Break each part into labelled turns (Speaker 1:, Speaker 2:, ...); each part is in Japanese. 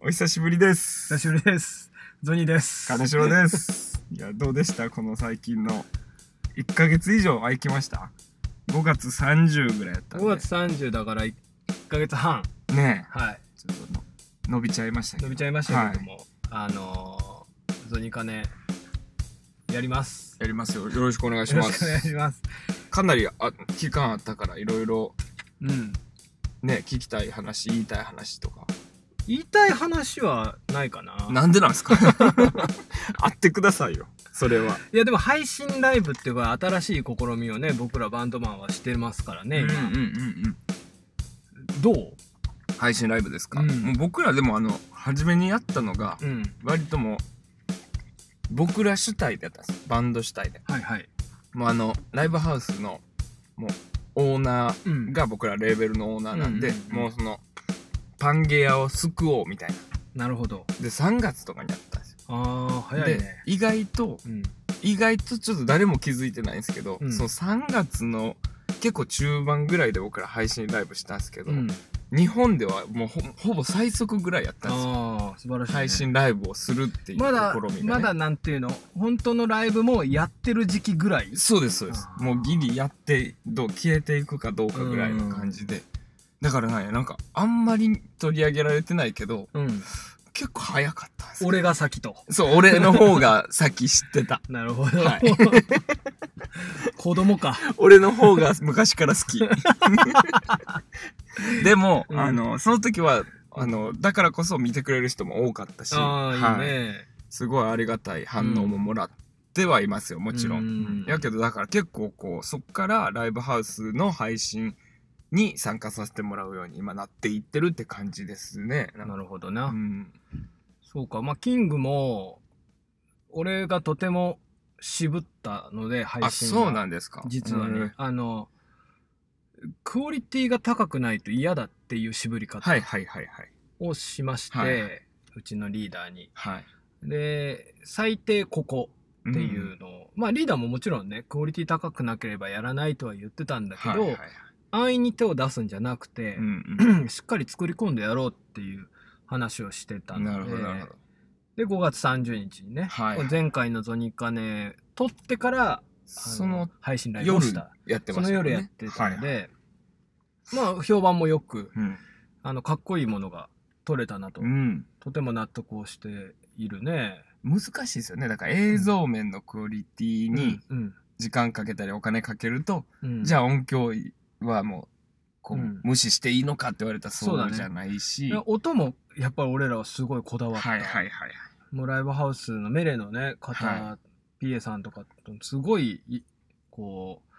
Speaker 1: お久しぶりです。
Speaker 2: 久しぶりです。ゾニーです。
Speaker 1: 金城 です。いや、どうでしたこの最近の。1ヶ月以上空きました ?5 月30ぐらいやったんで。
Speaker 2: 5月30だから1ヶ月半、
Speaker 1: ね
Speaker 2: はい、
Speaker 1: え、ちょっとの伸びちゃいましたけど。
Speaker 2: 伸びちゃいましたけども、あのー、ゾニカネ、やります。
Speaker 1: やりますよ。よろしくお願いし
Speaker 2: よろ
Speaker 1: ま
Speaker 2: しくお願い
Speaker 1: す。
Speaker 2: します。
Speaker 1: かなりあ期間あったから、いろいろ
Speaker 2: うん。
Speaker 1: ね、聞きたい話、言いたい話とか。
Speaker 2: 言いたい話はないかな。
Speaker 1: なんでなん ですか会ってくださいよ。それは。
Speaker 2: いや、でも配信ライブっていうか、新しい試みをね、僕らバンドマンはしてますからね、今
Speaker 1: うんうん。
Speaker 2: どう
Speaker 1: 配信ライブですか、
Speaker 2: うん
Speaker 1: もう僕らでもあの初めにやったのが
Speaker 2: うん。
Speaker 1: 割ともう僕ら主体でやったんですバンド主体で
Speaker 2: はいはい。
Speaker 1: もうあのライブハウスのもうオーナ
Speaker 2: う
Speaker 1: ー
Speaker 2: ん。
Speaker 1: が僕らレーベルのオーナーなんで、
Speaker 2: うんうんうんうん
Speaker 1: もうそのパンゲアを救おうみたいな
Speaker 2: なるほど。
Speaker 1: で3月とかにやったんですよ
Speaker 2: ああ、早い
Speaker 1: で
Speaker 2: ね。
Speaker 1: 意外と
Speaker 2: うん。
Speaker 1: 意外とちょっと誰も気づいてないんですけど、
Speaker 2: うん
Speaker 1: その3月の結構中盤ぐらいで僕ら配信ライブしたんですけど、
Speaker 2: うん、
Speaker 1: 日本ではもうほほぼ最速ぐらいやったんですよ
Speaker 2: ああ、素晴らしい、ね。
Speaker 1: 配信ライブをするっていう試み
Speaker 2: まだ、
Speaker 1: が、ね、
Speaker 2: まだなんていうの本当のライブもやってる時期ぐらい
Speaker 1: そうですそうです
Speaker 2: あー
Speaker 1: もうギリやってどう消えていくかどうかぐらいの感じでだからねなんかあんまり取り上げられてないけど
Speaker 2: うん
Speaker 1: 結構早かったんですよ
Speaker 2: 俺が先と
Speaker 1: そう俺の方が 先知ってた
Speaker 2: なるほど、
Speaker 1: はい
Speaker 2: 子供か
Speaker 1: 俺の方が 昔から好 きでも、
Speaker 2: うん
Speaker 1: あのその時はあのだからこそ見てくれる人も多かったし
Speaker 2: ああいい
Speaker 1: はい
Speaker 2: ね、
Speaker 1: すごいありがたい反応ももらってはいますよ、もちろ
Speaker 2: うんん。
Speaker 1: やけどだから結構こうそっからライブハウスの配信に参加させてもらうように今なっていってるって感じですね。なんか
Speaker 2: なるほどな、
Speaker 1: うん、
Speaker 2: そうかまあキングも俺がとても渋ったので配
Speaker 1: あ
Speaker 2: 信
Speaker 1: そうなんんですか。
Speaker 2: 実はね、
Speaker 1: うん
Speaker 2: あのクオリティが高くないと嫌だっていう渋り方
Speaker 1: はいはいはいはい。
Speaker 2: をしまして、
Speaker 1: はいは
Speaker 2: うちのリーダーに
Speaker 1: はい、
Speaker 2: で最低ここ
Speaker 1: っ
Speaker 2: っていうのを、まあリーダーももちろんねクオリティ高くなければやらないとは言ってたんだけど、
Speaker 1: はいはいはい
Speaker 2: 安易に手を出すんじゃなくて
Speaker 1: う、ん
Speaker 2: しっかり作り込んでやろうっていう話をしてた
Speaker 1: うん、なる
Speaker 2: の
Speaker 1: ほ
Speaker 2: で
Speaker 1: どなるほど。
Speaker 2: で5月30日にね、
Speaker 1: はいはい
Speaker 2: 前回の「ゾニカネ」撮ってからあの
Speaker 1: その
Speaker 2: 配信ライブを
Speaker 1: 夜
Speaker 2: した
Speaker 1: やって
Speaker 2: そ
Speaker 1: ました
Speaker 2: の夜やってたので、まあ評判もよく
Speaker 1: はいはい
Speaker 2: あのかっこいいものが撮れたなと、
Speaker 1: うんうん、
Speaker 2: とても納得をしているね。
Speaker 1: 難しいですよねだから映像面のクオリティに
Speaker 2: うん
Speaker 1: 時間かけたりお金かけると
Speaker 2: うん
Speaker 1: じゃあ音響はもうこう、
Speaker 2: うん
Speaker 1: 無視していいのかって言われたら
Speaker 2: そ
Speaker 1: そう
Speaker 2: だ
Speaker 1: う
Speaker 2: ね
Speaker 1: じゃないし、
Speaker 2: いや音もやっぱり俺らはすごいこだわった、
Speaker 1: はいはいはい
Speaker 2: もうライブハウスのメレのね方、
Speaker 1: は
Speaker 2: PA さんとかとすごいいこう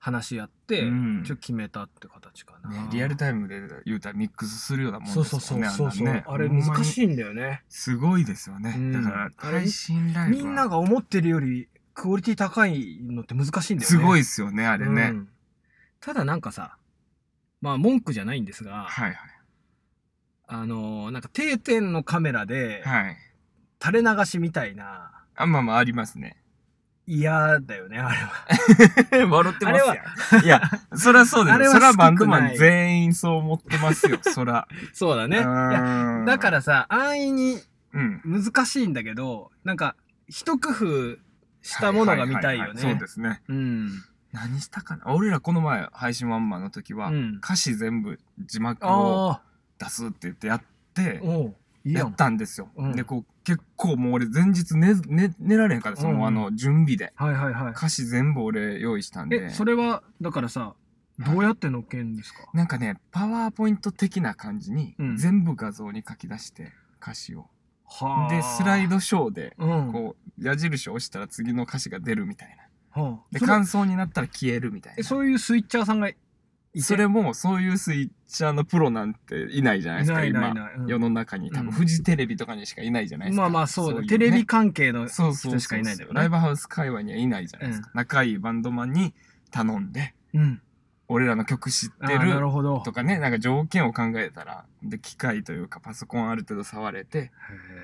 Speaker 2: 話し合って、
Speaker 1: うん
Speaker 2: ちょっと決めたって形かな、
Speaker 1: ね、リアルタイムで言うたらミックスするようなもんです
Speaker 2: そ
Speaker 1: も
Speaker 2: うん
Speaker 1: ね
Speaker 2: そうそうそうそう、
Speaker 1: あんなんね
Speaker 2: あれ難
Speaker 1: ほんまに
Speaker 2: しいんだよね
Speaker 1: すごいですよね、
Speaker 2: うん
Speaker 1: だから
Speaker 2: あれ
Speaker 1: 配信ライブ
Speaker 2: みんな
Speaker 1: が
Speaker 2: が思ってるよりクオリティ高いのって難しいんだよね
Speaker 1: すごい
Speaker 2: い
Speaker 1: ですよねあ
Speaker 2: あ
Speaker 1: れね、
Speaker 2: ただなんかさまあ文句じゃないんですが、
Speaker 1: はい
Speaker 2: あのーなんか定点のカメラで
Speaker 1: はいはい
Speaker 2: 垂れ流しみたいな
Speaker 1: あまあまああります ね
Speaker 2: 嫌だよねあれは
Speaker 1: 笑ってますやんいやそりゃそうだ
Speaker 2: あれ
Speaker 1: よ
Speaker 2: は
Speaker 1: そりゃバンドマ
Speaker 2: 少
Speaker 1: ン
Speaker 2: ない
Speaker 1: 全員そう思ってます よそら
Speaker 2: そうだねいや
Speaker 1: や
Speaker 2: だからさ安易に
Speaker 1: うん
Speaker 2: 難しいんだけどなんか一工夫したものが見たいよ
Speaker 1: ははははそう
Speaker 2: ね
Speaker 1: ですね
Speaker 2: うん
Speaker 1: 何したかな俺らこの前配信ワンマンの時は、
Speaker 2: うん
Speaker 1: 歌詞全部字幕を
Speaker 2: ああ
Speaker 1: 出すって言ってやって
Speaker 2: おういいや
Speaker 1: や
Speaker 2: ん
Speaker 1: ったんですよ、
Speaker 2: うん
Speaker 1: でこう結構もう俺前日寝寝寝られへんからその、
Speaker 2: うん
Speaker 1: あの準備で
Speaker 2: はいはいはい
Speaker 1: 歌詞全部俺用意したんで
Speaker 2: えそれはだからさ
Speaker 1: はい
Speaker 2: どうやってのっけんですか
Speaker 1: なんかねパワーポイント的な感じに
Speaker 2: うん
Speaker 1: 全部画像に書き出して歌詞を、
Speaker 2: はあ
Speaker 1: でスライドショーで
Speaker 2: うん
Speaker 1: こう矢印を押したら次の歌詞が出るみたいな
Speaker 2: はあ
Speaker 1: で
Speaker 2: それ
Speaker 1: 感想になったら消えるみたい
Speaker 2: え
Speaker 1: な
Speaker 2: そういうスイッチャーさんがいて
Speaker 1: それもそういうスイッチャーのプロなんていないじゃない
Speaker 2: い
Speaker 1: ですか
Speaker 2: ないいないい
Speaker 1: 今
Speaker 2: ないうん
Speaker 1: 世の中に多
Speaker 2: う
Speaker 1: 分
Speaker 2: ん
Speaker 1: フジテレビとかにしかいないじゃないですか、
Speaker 2: まあまあそうだ
Speaker 1: い
Speaker 2: テレ
Speaker 1: ね
Speaker 2: ビ関係の
Speaker 1: そうそうそう
Speaker 2: 人しかいないんだよね
Speaker 1: ライブハウス界隈にはいないじゃないですか、仲いいバンドマンに頼んで
Speaker 2: うん
Speaker 1: 俺らの曲知って
Speaker 2: ああな
Speaker 1: る
Speaker 2: るほど
Speaker 1: とかねなんか条件を考えたらで機械というかパソコンある程度触れて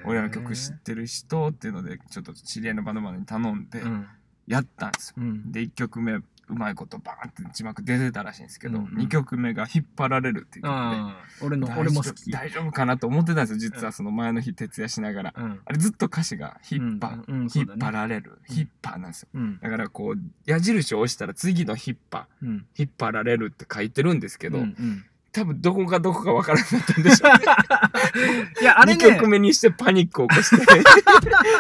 Speaker 1: 俺らの曲知ってる人っていうのでちょっと知り合いのバンドマンに頼んで
Speaker 2: うん
Speaker 1: やったんですよ、
Speaker 2: うん
Speaker 1: で1曲目うまいことバーンって字幕出てたらしいんですけど、
Speaker 2: うんうん
Speaker 1: 2曲目が「引っ張られる」っていう曲で。
Speaker 2: うん俺の俺も好き。
Speaker 1: 大丈夫かなと思ってたんですよ実はその前の日徹夜しながら、
Speaker 2: うん。
Speaker 1: あれずっと歌詞が「引っ張、
Speaker 2: うんうん、そ
Speaker 1: 引
Speaker 2: う
Speaker 1: っ
Speaker 2: だ
Speaker 1: 張
Speaker 2: ね。
Speaker 1: られる」
Speaker 2: うん
Speaker 1: 引っ張」なんですよ
Speaker 2: うん。
Speaker 1: だからこう矢印を押したら次の「引っ張」
Speaker 2: うん。
Speaker 1: 引っ張られるって書いてるんですけど、
Speaker 2: うん うん
Speaker 1: 多分どこがどこかわからなかったんでしょうね
Speaker 2: いや、あれ
Speaker 1: 2
Speaker 2: ね
Speaker 1: 曲、目にしてパニックを起こ して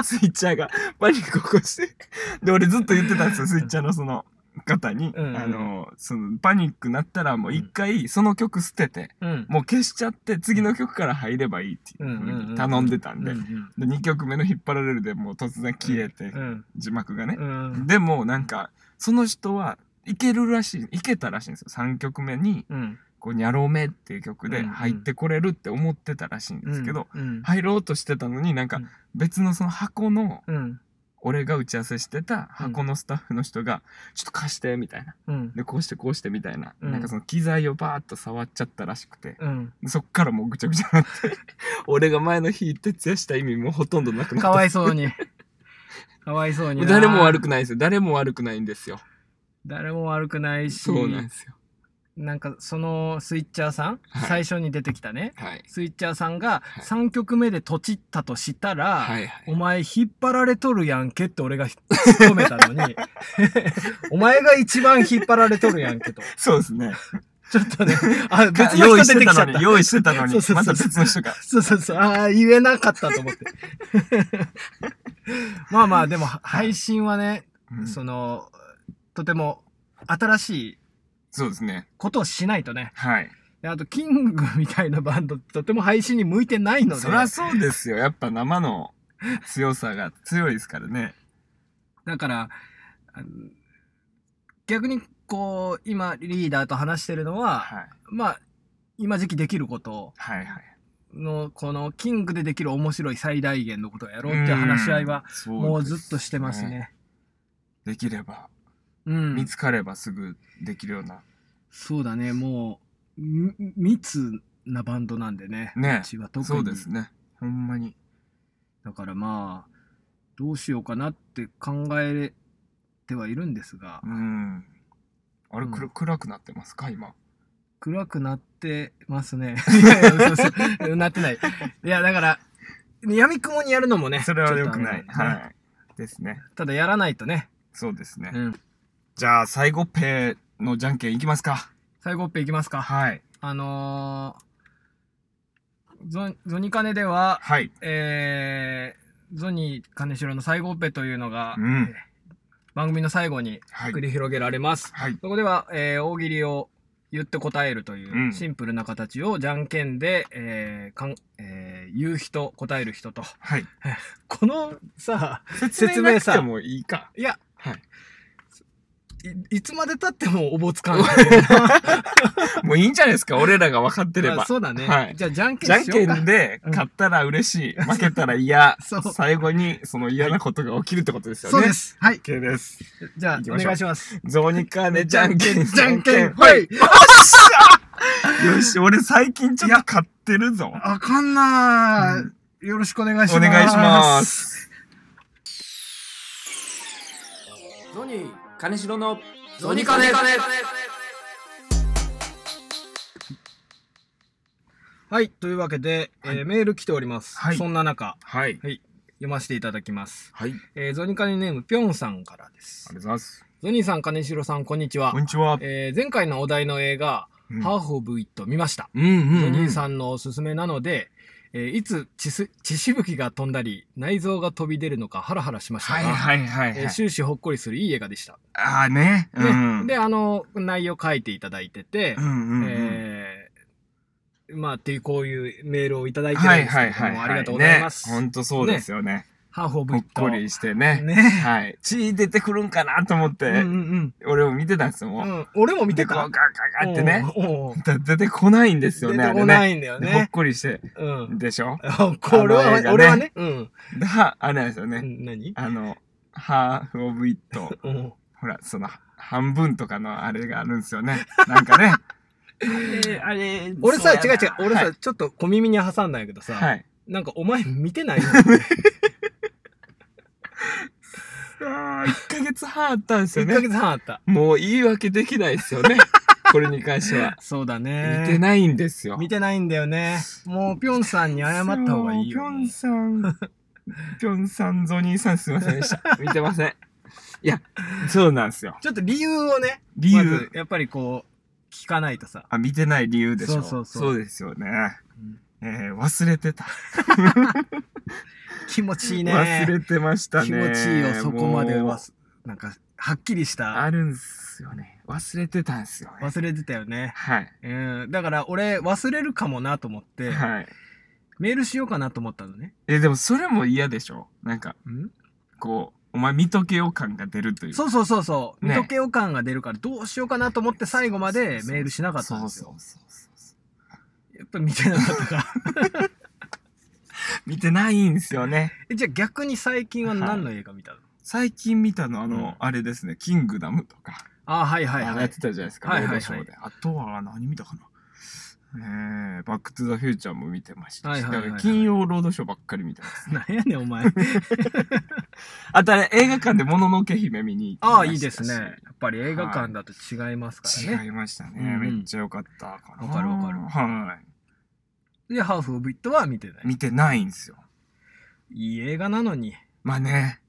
Speaker 1: スイッチャーがパニックを起こしてで俺ずっと言ってたんですよスイッチャーのその方に、
Speaker 2: うんうん
Speaker 1: あのそのパニックなったらもう一回その曲捨てて、
Speaker 2: うん。
Speaker 1: もう消しちゃって次の曲から入ればいいっていうふうに頼んでたんで,、
Speaker 2: うんうん
Speaker 1: で2曲目の「引っ張られる」でもう突然消えて、
Speaker 2: うん
Speaker 1: 字幕がね
Speaker 2: う、ん。
Speaker 1: でもなんかその人はいけるらしいいけたらしいんですよ3曲目に
Speaker 2: うん。
Speaker 1: 「こうにゃろうめ」っていう曲
Speaker 2: う
Speaker 1: で
Speaker 2: んうん
Speaker 1: 入ってこれるって思ってたらしいんですけど、
Speaker 2: うん。
Speaker 1: 入ろうとしてたのになん
Speaker 2: う
Speaker 1: か
Speaker 2: ん
Speaker 1: 別のその箱の
Speaker 2: うん。
Speaker 1: 俺が打ち合わせしてた箱のスタッフの人が「ちょっと貸して」みたいな
Speaker 2: うん。
Speaker 1: でこうしてこうしてみたいな、
Speaker 2: うん
Speaker 1: なんかその機材をバーッと触っちゃったらしくて、
Speaker 2: うん。
Speaker 1: そっからもうぐちゃぐちゃになって 俺が前の日徹夜した意味もほとんどなくなった
Speaker 2: かわいそうに。かわいそうにな。
Speaker 1: 誰も悪くないですよ誰も悪くないんですよ
Speaker 2: 誰も悪くないし、
Speaker 1: そうなんですよ
Speaker 2: なんかそのスイッチャーさん、
Speaker 1: はい
Speaker 2: 最初に出てきたね、
Speaker 1: はい
Speaker 2: スイッチャーさんが
Speaker 1: い
Speaker 2: 3曲目でとちったとしたら、
Speaker 1: はいは
Speaker 2: お
Speaker 1: い
Speaker 2: 前引っ張られとるやんけって俺が突っ込めたの に、お前が一番引っ張られとるやんけと。
Speaker 1: そうですね
Speaker 2: ちょっとね、あ、別の
Speaker 1: 用意
Speaker 2: 人
Speaker 1: し
Speaker 2: 出
Speaker 1: て
Speaker 2: てきち
Speaker 1: た
Speaker 2: ゃっ
Speaker 1: の
Speaker 2: た
Speaker 1: に。用意してたのに
Speaker 2: そうそうそう
Speaker 1: また別の人が
Speaker 2: そうそうそう、ああ、言えなかったと思って。 まあまあ、でも配信はね、
Speaker 1: うん
Speaker 2: その、とても新しい
Speaker 1: そうですね
Speaker 2: ことをしないとね。
Speaker 1: はい
Speaker 2: であと、キングみたいなバンド、とても配信に向いてないので
Speaker 1: そり、ゃそうですよやっぱ生の強さが強いですからね
Speaker 2: だから、あの逆にこう、今、リーダーと話してるのは、
Speaker 1: はい
Speaker 2: まあ、今時期できること
Speaker 1: はいはい
Speaker 2: の、この、キングでできる面白い最大限のことをやろうっていう話し合いは、
Speaker 1: ん
Speaker 2: もうずっとしてますね。
Speaker 1: できれば
Speaker 2: うん。
Speaker 1: 見つかればすぐできるような
Speaker 2: そうだね、もう、み密なバンドなんでね。
Speaker 1: ね
Speaker 2: うちは特に。
Speaker 1: そうですねほんまに
Speaker 2: だからまあ、どうしようかなって考えてはいるんですが
Speaker 1: う、んあれ、
Speaker 2: うん
Speaker 1: くる暗くなってますか今
Speaker 2: 暗くなってま すね。 いやいや、嘘嘘なってない。いや、だから、闇雲にやるのもね、
Speaker 1: それは
Speaker 2: ちょ
Speaker 1: 良
Speaker 2: っと
Speaker 1: く
Speaker 2: あ
Speaker 1: ない。
Speaker 2: れんでね
Speaker 1: はい。ですね。
Speaker 2: ただやらないとね。
Speaker 1: そうですね。
Speaker 2: うん。
Speaker 1: じゃあ、最後ペーのじゃんけんいきますか。
Speaker 2: 最後っぺいきますか。
Speaker 1: はい。
Speaker 2: あのー、ゾゾニカネでは、
Speaker 1: はい。
Speaker 2: えー、ゾニー金城の最後オペというのが
Speaker 1: うん。
Speaker 2: 番組の最後に
Speaker 1: はい
Speaker 2: 繰。り広げられます。
Speaker 1: はい。
Speaker 2: そこでは、えー大喜利を言って答えると
Speaker 1: う
Speaker 2: いうんシンプルな形をじゃんけんで、えーかんえー言う人、答える人と。
Speaker 1: はい。
Speaker 2: このさ、
Speaker 1: 説明さ。もいいか。
Speaker 2: いや、
Speaker 1: はい
Speaker 2: いいつまでたってもおぼつ かんっ
Speaker 1: もういいんじゃないですか。俺らが分かって
Speaker 2: て
Speaker 1: れ
Speaker 2: いうあ
Speaker 1: ば。
Speaker 2: そうだね。
Speaker 1: はい
Speaker 2: じゃあ、じゃんけ
Speaker 1: じゃ
Speaker 2: ん
Speaker 1: ん
Speaker 2: しよ
Speaker 1: け
Speaker 2: うか
Speaker 1: ん。で
Speaker 2: うん。
Speaker 1: 勝ったら嬉しい。負けたら嫌
Speaker 2: そう
Speaker 1: 最後にその嫌なことが起きるってことですよね。
Speaker 2: そうで。す。はい。
Speaker 1: OK です。
Speaker 2: じゃあ
Speaker 1: 行、き
Speaker 2: お
Speaker 1: ましょう
Speaker 2: 願いします。
Speaker 1: ゾニカネじゃんけん。
Speaker 2: じゃんけん、
Speaker 1: は。
Speaker 2: はいい。
Speaker 1: よし、俺最近ちょっと勝ってるぞ。
Speaker 2: あかんな
Speaker 1: う
Speaker 2: ーよろしくお願いし
Speaker 1: お
Speaker 2: ます。
Speaker 1: 願いしま。す。
Speaker 2: ゾニー、
Speaker 3: 金城の
Speaker 2: ゾニカネはい。というわけで、えー
Speaker 1: は
Speaker 2: メール来ております。
Speaker 1: はい
Speaker 2: そんな中、
Speaker 1: はい。
Speaker 2: 読ませていただきます。
Speaker 1: はい。あり
Speaker 2: えーゾニカネネーム、ぴょんさんからです
Speaker 1: がと。うございます。
Speaker 2: ゾニーさん、金城さん、こんにちは。
Speaker 1: こんにちは。
Speaker 2: えー前回のお題の映画、
Speaker 1: うん
Speaker 2: ハーフ・オブ・イット見ました。
Speaker 1: うんうん、
Speaker 2: ゾニー
Speaker 1: ん。
Speaker 2: さんのおすすめなので、えーいつ血す血しぶきが飛んだり、内臓が飛び出るのかハラハラしましたが、
Speaker 1: はいはいはい、はい
Speaker 2: えー終始ほっこりするいい映画でした。
Speaker 1: ああね。
Speaker 2: ね
Speaker 1: うん。
Speaker 2: で、あの、内容書いていただいてて、
Speaker 1: うんうんうん、
Speaker 2: えーまあ、っていう、こういうメールをいただいてるんですけれども、ありがとうございます。
Speaker 1: ね、ほんとそうですよね。
Speaker 2: ハーフ・オブ・
Speaker 1: ほ
Speaker 2: イ
Speaker 1: っ
Speaker 2: ット。
Speaker 1: こりしてね。
Speaker 2: ね。
Speaker 1: はい。血出てくるんかなと思って、
Speaker 2: うんうん
Speaker 1: 俺も見てたんですよ、
Speaker 2: う
Speaker 1: もう。
Speaker 2: ん。うん、俺も見て
Speaker 1: でこうガ
Speaker 2: た
Speaker 1: ー。ガーガーってね。
Speaker 2: おうおう
Speaker 1: だ出てこないんですよね、
Speaker 2: 出
Speaker 1: あ
Speaker 2: て
Speaker 1: れ
Speaker 2: こ
Speaker 1: ね。
Speaker 2: ないんだよ
Speaker 1: でほっ
Speaker 2: ね。
Speaker 1: こりして。
Speaker 2: うん。
Speaker 1: でしょ
Speaker 2: これ
Speaker 1: あの
Speaker 2: は、
Speaker 1: 映画ね
Speaker 2: 俺はね、うん。
Speaker 1: だ、あれなんですよね。
Speaker 2: 何
Speaker 1: あの、ハーフ・オブ・イット。
Speaker 2: うん。
Speaker 1: ほら、その、半分とかのあれがあるんですよね。なんかね。 あれ、
Speaker 2: 俺さ、違う違う、俺
Speaker 1: は
Speaker 2: さ、
Speaker 1: い
Speaker 2: ちょっと小耳に挟んだんやけど
Speaker 1: は
Speaker 2: さ、
Speaker 1: い。
Speaker 2: なんかお 前見てない
Speaker 1: あー1ヶ月半あったんですよ
Speaker 2: 1ヶ
Speaker 1: ね。
Speaker 2: 月半あった。
Speaker 1: もう言い訳できないですよね。これに関しては。
Speaker 2: そうだ ね。
Speaker 1: 見て
Speaker 2: い。
Speaker 1: ないんですよ。
Speaker 2: 見てないんだよね。もう、ぴょんさんに謝った方がいいよ、ね。
Speaker 1: そうぴょん さん、ぴょんさん、ゾニーさんすいませんでした。見てません。いや、そうなんですよ。
Speaker 2: ちょっと理由をね、
Speaker 1: 理
Speaker 2: ま
Speaker 1: 由、
Speaker 2: ず、やっぱりこう、聞かないとさ。
Speaker 1: あ、見てない理由でしょ。
Speaker 2: そうそうそう
Speaker 1: ですよね。えー忘れてた。
Speaker 2: 気持ちいいね。
Speaker 1: 忘れてましたね。
Speaker 2: 気持ちいいよ、そこまで
Speaker 1: もう
Speaker 2: は。なんか、はっきりした。
Speaker 1: あるんすよね。忘れてたんすよね。
Speaker 2: 忘れてたよね。
Speaker 1: はい。
Speaker 2: うん。だから、俺、忘れるかもなと思って、
Speaker 1: はい。
Speaker 2: メールしようかなと思ったのね。
Speaker 1: え、でもそれも嫌でしょなんか、
Speaker 2: うん
Speaker 1: こう、お前見とけよ感が出るという
Speaker 2: そうそうそうそう。
Speaker 1: ね
Speaker 2: 時計予感が出るから、どうしようかなと思って最後までメールしなかったんですよ。
Speaker 1: そうそうそうそう
Speaker 2: やっぱ見てなかったか。
Speaker 1: 見てないんですよね。
Speaker 2: えじゃあ逆に最近は何の映画見たの、
Speaker 1: 最近見たの、あの、
Speaker 2: うん
Speaker 1: あれですね、キングダムとか、
Speaker 2: ああ、はいはい
Speaker 1: あの
Speaker 2: は
Speaker 1: や
Speaker 2: い
Speaker 1: って。たじゃないですか、
Speaker 2: はい
Speaker 1: ロ
Speaker 2: は
Speaker 1: ー
Speaker 2: いは
Speaker 1: ド
Speaker 2: い
Speaker 1: ショーで。あとは何見たかなえー、バックトゥザフューチャーも見てましたし、
Speaker 2: はいはいはいはい
Speaker 1: だから金曜ロードショーばっかり見てます。
Speaker 2: なんやねん、お前。
Speaker 1: あとあれ、映画館でもののけ姫見に行
Speaker 2: ああ、
Speaker 1: きま
Speaker 2: いい
Speaker 1: した
Speaker 2: で
Speaker 1: し
Speaker 2: すね。やっぱり映画館だと違いますから
Speaker 1: 違
Speaker 2: ね。
Speaker 1: いましたね、
Speaker 2: うんうん
Speaker 1: めっちゃ良かったかな
Speaker 2: わかるわかる
Speaker 1: は
Speaker 2: で、ハーフ・オブ・イットは見てない
Speaker 1: い。見てないんですよ
Speaker 2: いい映画なのに。
Speaker 1: まあ ね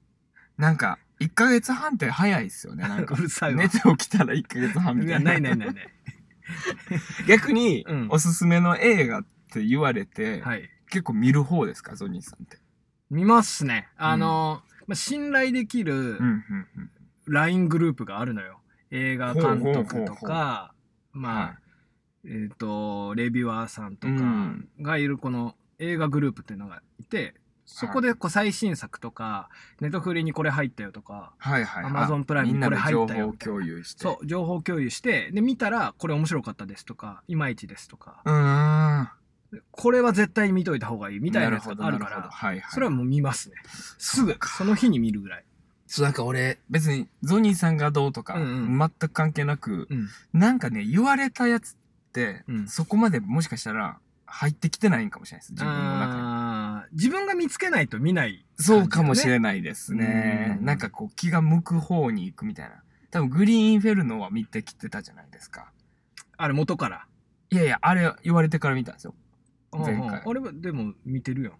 Speaker 1: なんか1ヶ月半って早いですよねなんか
Speaker 2: うるさ いわ。
Speaker 1: 寝て起きたら1ヶ月半み
Speaker 2: い
Speaker 1: た
Speaker 2: や、
Speaker 1: いな
Speaker 2: ないないないない。
Speaker 1: 逆に、
Speaker 2: うん
Speaker 1: おすすめの映画って言われて、
Speaker 2: はい。
Speaker 1: 結構見る方ですかゾニーさんって
Speaker 2: 見ますね。あの、まあ、信頼できる
Speaker 1: うんうんうん
Speaker 2: LINE グループがあるのよ。映画監督
Speaker 1: ほうほ
Speaker 2: と
Speaker 1: うほうほう
Speaker 2: か、まあ、えっ、と、レビュアーさんとか
Speaker 1: うん
Speaker 2: がいるこの映画グループっていうのがいて、そこでこう最新作とか、ネットフリにこれ入ったよとか、
Speaker 1: はいはい
Speaker 2: Amazon プライム
Speaker 1: みんなで
Speaker 2: これ入
Speaker 1: 情
Speaker 2: ったよ
Speaker 1: 報共有して
Speaker 2: そう、情報共有して、で、見たら、これ面白かったですとか、いまいちですとか、
Speaker 1: うーん
Speaker 2: これは絶対見といた方がいいみたいなやつ
Speaker 1: るほど
Speaker 2: があるか
Speaker 1: なほど
Speaker 2: ら、
Speaker 1: はいはい
Speaker 2: それはもう見ますね。すぐ、その日に見るぐらい。
Speaker 1: そうなんか俺別にゾニーさんがどうとか、
Speaker 2: うん
Speaker 1: 全く関係なく、
Speaker 2: うん。
Speaker 1: なんかね言われたやつって、
Speaker 2: うん
Speaker 1: そこまでもしかしたら入ってきてないんかもしれないです自分の中に
Speaker 2: あー自分が見つけないと見ない、
Speaker 1: そうかもしれないですね
Speaker 2: うん
Speaker 1: なんかこう気が向く方に行くみたいな多分グリーンインフェルノは見てきてたじゃないですか
Speaker 2: あれ元から。
Speaker 1: いやいやあれ言われてから見たんですよ前回
Speaker 2: うんうんあれはでも見てるやん。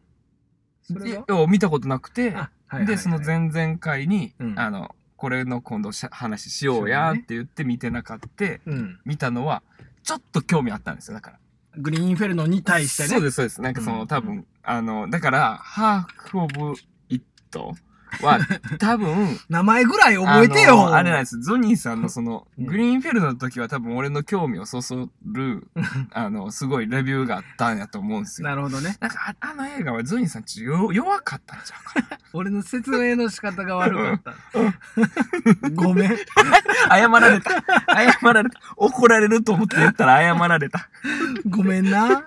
Speaker 2: そ
Speaker 1: い
Speaker 2: れ
Speaker 1: や
Speaker 2: は
Speaker 1: 見たことなくて、
Speaker 2: あ、はいはいはい
Speaker 1: でその前々回に、
Speaker 2: うん
Speaker 1: あのこれの今度しゃ話しようやって言って見てなかった、
Speaker 2: うん。
Speaker 1: 見たのはちょっと興味あったんですよだから
Speaker 2: グリーンインフェルノに対して
Speaker 1: そう
Speaker 2: ね。
Speaker 1: です、そうです。なんかその、
Speaker 2: うん
Speaker 1: 多分、あの、だから、ハーフ・オブ・イット は、多分、
Speaker 2: 名前ぐらい覚えてよ
Speaker 1: あのあれなんです。ゾニーさんのその、
Speaker 2: うん
Speaker 1: グリーンフェルドの時は多分俺の興味をそそ る、あの、すごいレビューがあったんやと思うんですよ。
Speaker 2: なるほどね。
Speaker 1: なんかあ、あの映画はゾニーさんちょ弱かったんちゃうか
Speaker 2: 俺の説明の仕方が悪 かった。ごめん。
Speaker 1: な。謝られた。謝られた。怒られると思って言ったら謝られた。
Speaker 2: ごめんな。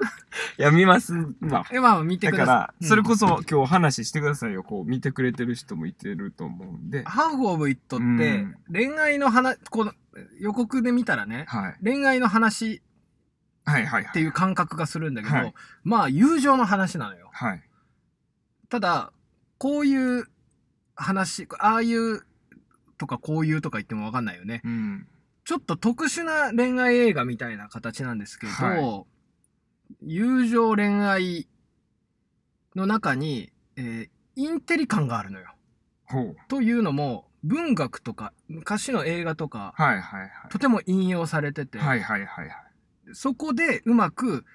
Speaker 1: いや、見ます。まあ。
Speaker 2: え、 まあ、見て
Speaker 1: だ
Speaker 2: く
Speaker 1: か
Speaker 2: ださ
Speaker 1: ら、
Speaker 2: い。
Speaker 1: それこ
Speaker 2: そ、
Speaker 1: そ今日話してくださいよ。こう、見てくれてる人もいてると思うんで。
Speaker 2: ハーフ・オブ・イットっ
Speaker 1: う
Speaker 2: て
Speaker 1: ん、
Speaker 2: 恋愛の話、この予告で見たらね、
Speaker 1: はい。
Speaker 2: 恋愛の話
Speaker 1: はいはいはい。
Speaker 2: っていう感覚がするんだけど、
Speaker 1: はい
Speaker 2: まあ、友情の話なのよ。
Speaker 1: はい。
Speaker 2: ただ、こういう話、ああいうとかこういうとか言ってもわかんないよね。
Speaker 1: うん。
Speaker 2: ちょっと特殊な恋愛映画みたいな形なんですけど、
Speaker 1: は
Speaker 2: 友情恋愛の中に、えーインテリ感があるのよ。
Speaker 1: ほう。
Speaker 2: というのも、文学とか、昔の映画とか、
Speaker 1: はいはいはい。
Speaker 2: とても引用されてて、
Speaker 1: はいはいはいはい。
Speaker 2: そこでうまく、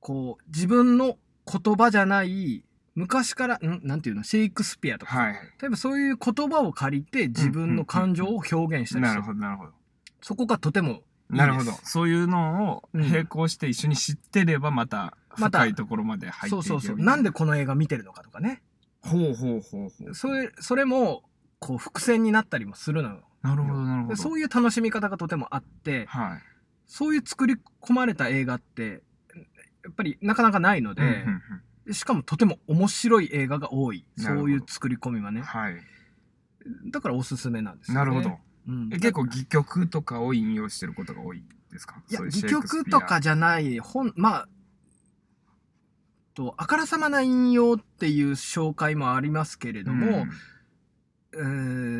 Speaker 2: こう、自分の言葉じゃない、昔から、んなんていうの、シェイクスピアとか、
Speaker 1: はい。
Speaker 2: 例えばそういう言葉を借りて自分の感情を表現したり
Speaker 1: な
Speaker 2: す
Speaker 1: る
Speaker 2: る。
Speaker 1: ほどなるほど。
Speaker 2: そこがとても、
Speaker 1: なるほど。そういうのを
Speaker 2: うん
Speaker 1: 並行して一緒に知ってればまた
Speaker 2: また
Speaker 1: 深いところまで入って
Speaker 2: そ
Speaker 1: いうけるみ
Speaker 2: そう
Speaker 1: たい
Speaker 2: そう。なんでこの映画見てるのかとかね。
Speaker 1: ほうほうほうほう。
Speaker 2: それ、それも、こう、伏線になったりもするのよ。
Speaker 1: なるほどなるほど。
Speaker 2: そうういう楽しみ方がとてもあって、
Speaker 1: はい。
Speaker 2: そういう作り込まれた映画って、やっぱりなかなかないので、
Speaker 1: うんうん
Speaker 2: しかもとても面白い映画が多い。
Speaker 1: なるほど
Speaker 2: そういう作り込みは
Speaker 1: う
Speaker 2: ね
Speaker 1: ん。はい。
Speaker 2: だからおすすめなんですよ、ね。
Speaker 1: なるほど。
Speaker 2: うん。
Speaker 1: え結構戯曲とかを引用してることが多いですか
Speaker 2: いや、
Speaker 1: そうう
Speaker 2: 戯曲とかじゃない、本、まあ、と、あからさまな引用っていう紹介もありますけれ
Speaker 1: シェイクスピア
Speaker 2: ども、うー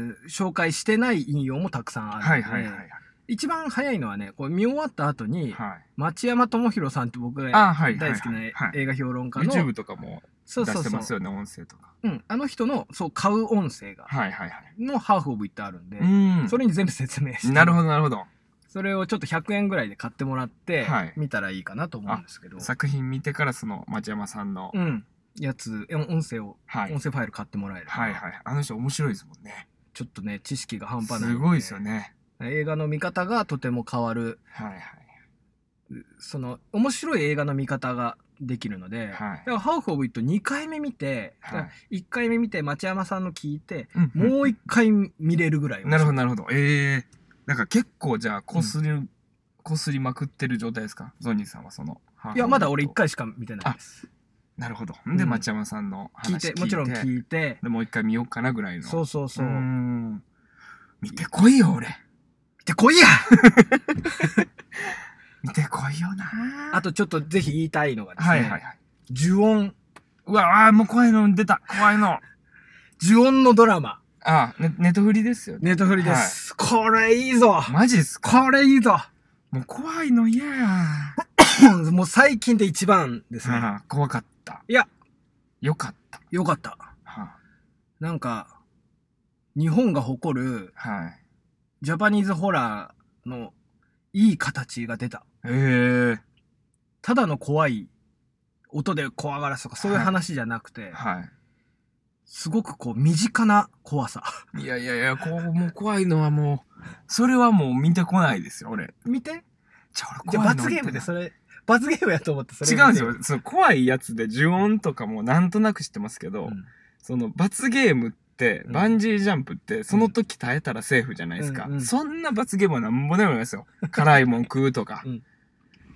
Speaker 2: ん紹介してない引用もたくさんあるの
Speaker 1: は
Speaker 2: で
Speaker 1: いはいはいはい。
Speaker 2: 一番早いのはねこれ見終わった後に、
Speaker 1: はい。
Speaker 2: 町山智博さんって僕が
Speaker 1: あ、はい。
Speaker 2: 大好きな
Speaker 1: はいはい。
Speaker 2: 映画評論家の、
Speaker 1: YouTube とかも
Speaker 2: そ
Speaker 1: 出
Speaker 2: う
Speaker 1: し
Speaker 2: そう
Speaker 1: て
Speaker 2: そ
Speaker 1: ます
Speaker 2: う、
Speaker 1: よね、音声とか。
Speaker 2: うん、あの人のそう買う音声が、
Speaker 1: はいはいはい。
Speaker 2: のハーフオブイってあるんで、
Speaker 1: うん。
Speaker 2: それに全部説明して
Speaker 1: なるほどなるほど。
Speaker 2: それをちょっと100円ぐらいで買ってもらって、
Speaker 1: はい
Speaker 2: 見たらいいかなと思うんですけど
Speaker 1: 作品見てからその町山さんの、
Speaker 2: うんやつえ音声を、
Speaker 1: はい。
Speaker 2: 音声ファイル買ってもらえるから
Speaker 1: はいはい。あの人面白いですもんね。
Speaker 2: ちょっとね知識が半端ないん
Speaker 1: すごいですよね。
Speaker 2: 映画の見方がとても変わる
Speaker 1: はいはい。
Speaker 2: その面白い映画の見方ができるので、
Speaker 1: はい
Speaker 2: だからハーフ・オブ・イット2回目見て、
Speaker 1: はい
Speaker 2: 1回目見て町山さんの聞いて、
Speaker 1: んん
Speaker 2: もう1回見れるぐらい
Speaker 1: なるほどなるほど。ええなんか結構じゃあこすり、こすりまくってる状態ですかゾニーさんはその。
Speaker 2: いやまだ俺1
Speaker 1: 一。
Speaker 2: 回しか見てないです
Speaker 1: なるほど。
Speaker 2: う
Speaker 1: で、
Speaker 2: ん
Speaker 1: 町山さんの
Speaker 2: 聞い
Speaker 1: 話
Speaker 2: てもちろん
Speaker 1: いて。
Speaker 2: 聞いて
Speaker 1: でもう一回見ようかなぐらいの。
Speaker 2: そうそうそうう
Speaker 1: ーん見てこいよ、俺。
Speaker 2: で来いや
Speaker 1: 見てこいよな。
Speaker 2: あとちょっとぜひ言いたいのがですね、
Speaker 1: はいはいはい。
Speaker 2: 呪音
Speaker 1: うわあー、もう怖いの出た。怖いの。
Speaker 2: 呪音のドラマ
Speaker 1: あー、ね、ネットフリですよね。
Speaker 2: ネットフリです、これいいぞ
Speaker 1: マジっすか
Speaker 2: これいいぞ
Speaker 1: もう怖いの嫌や。
Speaker 2: もう最近で一番ですね
Speaker 1: あー怖かった。
Speaker 2: いや。
Speaker 1: よかった。
Speaker 2: よかった
Speaker 1: は
Speaker 2: なんか日本が誇る
Speaker 1: あはい。
Speaker 2: ジャパニーズホラーのいい形が出た。
Speaker 1: ええ
Speaker 2: ただの怖い音で怖がらすとかそういう話じゃなくて、
Speaker 1: は
Speaker 2: すごくこう身近な怖さ。
Speaker 1: い。いやいやいや、こう、もう怖いのはもう、それはもう見てこないですよ、俺。
Speaker 2: 見て
Speaker 1: じゃあ俺
Speaker 2: じゃ
Speaker 1: 怖
Speaker 2: あ
Speaker 1: いの
Speaker 2: 罰ゲームでそれ、罰ゲームやと思ってそれ。
Speaker 1: 違うんですよ。その怖いやつで呪音とかもなんとなく知ってますけど、
Speaker 2: うん
Speaker 1: その罰ゲームって、
Speaker 2: うん
Speaker 1: バンジージャンプって、その時耐えたらセーフじゃないですか。
Speaker 2: うんうん
Speaker 1: そんな罰ゲームはなんぼでもないですよ。辛いもん食うとか。
Speaker 2: うん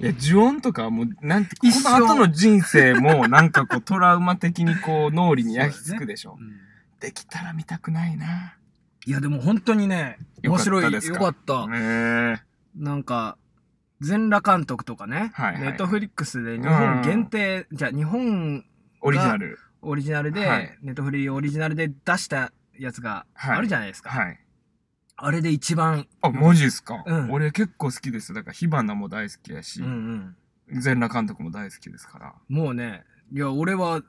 Speaker 1: いや、呪音とかはもう、なんて、こ
Speaker 2: 一生
Speaker 1: の後の人生も、なんかこう、トラウマ的にこう、脳裏に焼き付くでしょ。
Speaker 2: うん
Speaker 1: できたら見たくないな。
Speaker 2: いやでも本当にね、面白い。よか
Speaker 1: っ
Speaker 2: った。
Speaker 1: ねえ
Speaker 2: なんか、全裸監督とかね、
Speaker 1: はいはい
Speaker 2: ネットフリックスで日本限定、じゃあ日本
Speaker 1: オリジナル。
Speaker 2: オリジナルで、
Speaker 1: はい
Speaker 2: ネットフリーオリジナルで出したやつがあるじゃないですか。
Speaker 1: はい。
Speaker 2: あれで一番、
Speaker 1: あ、マジですか、
Speaker 2: うん
Speaker 1: 俺結構好きですよ。だから、火花も大好きやし
Speaker 2: うんう、ん、
Speaker 1: 全、裸監督も大好きですから。
Speaker 2: もうね、いや、俺は、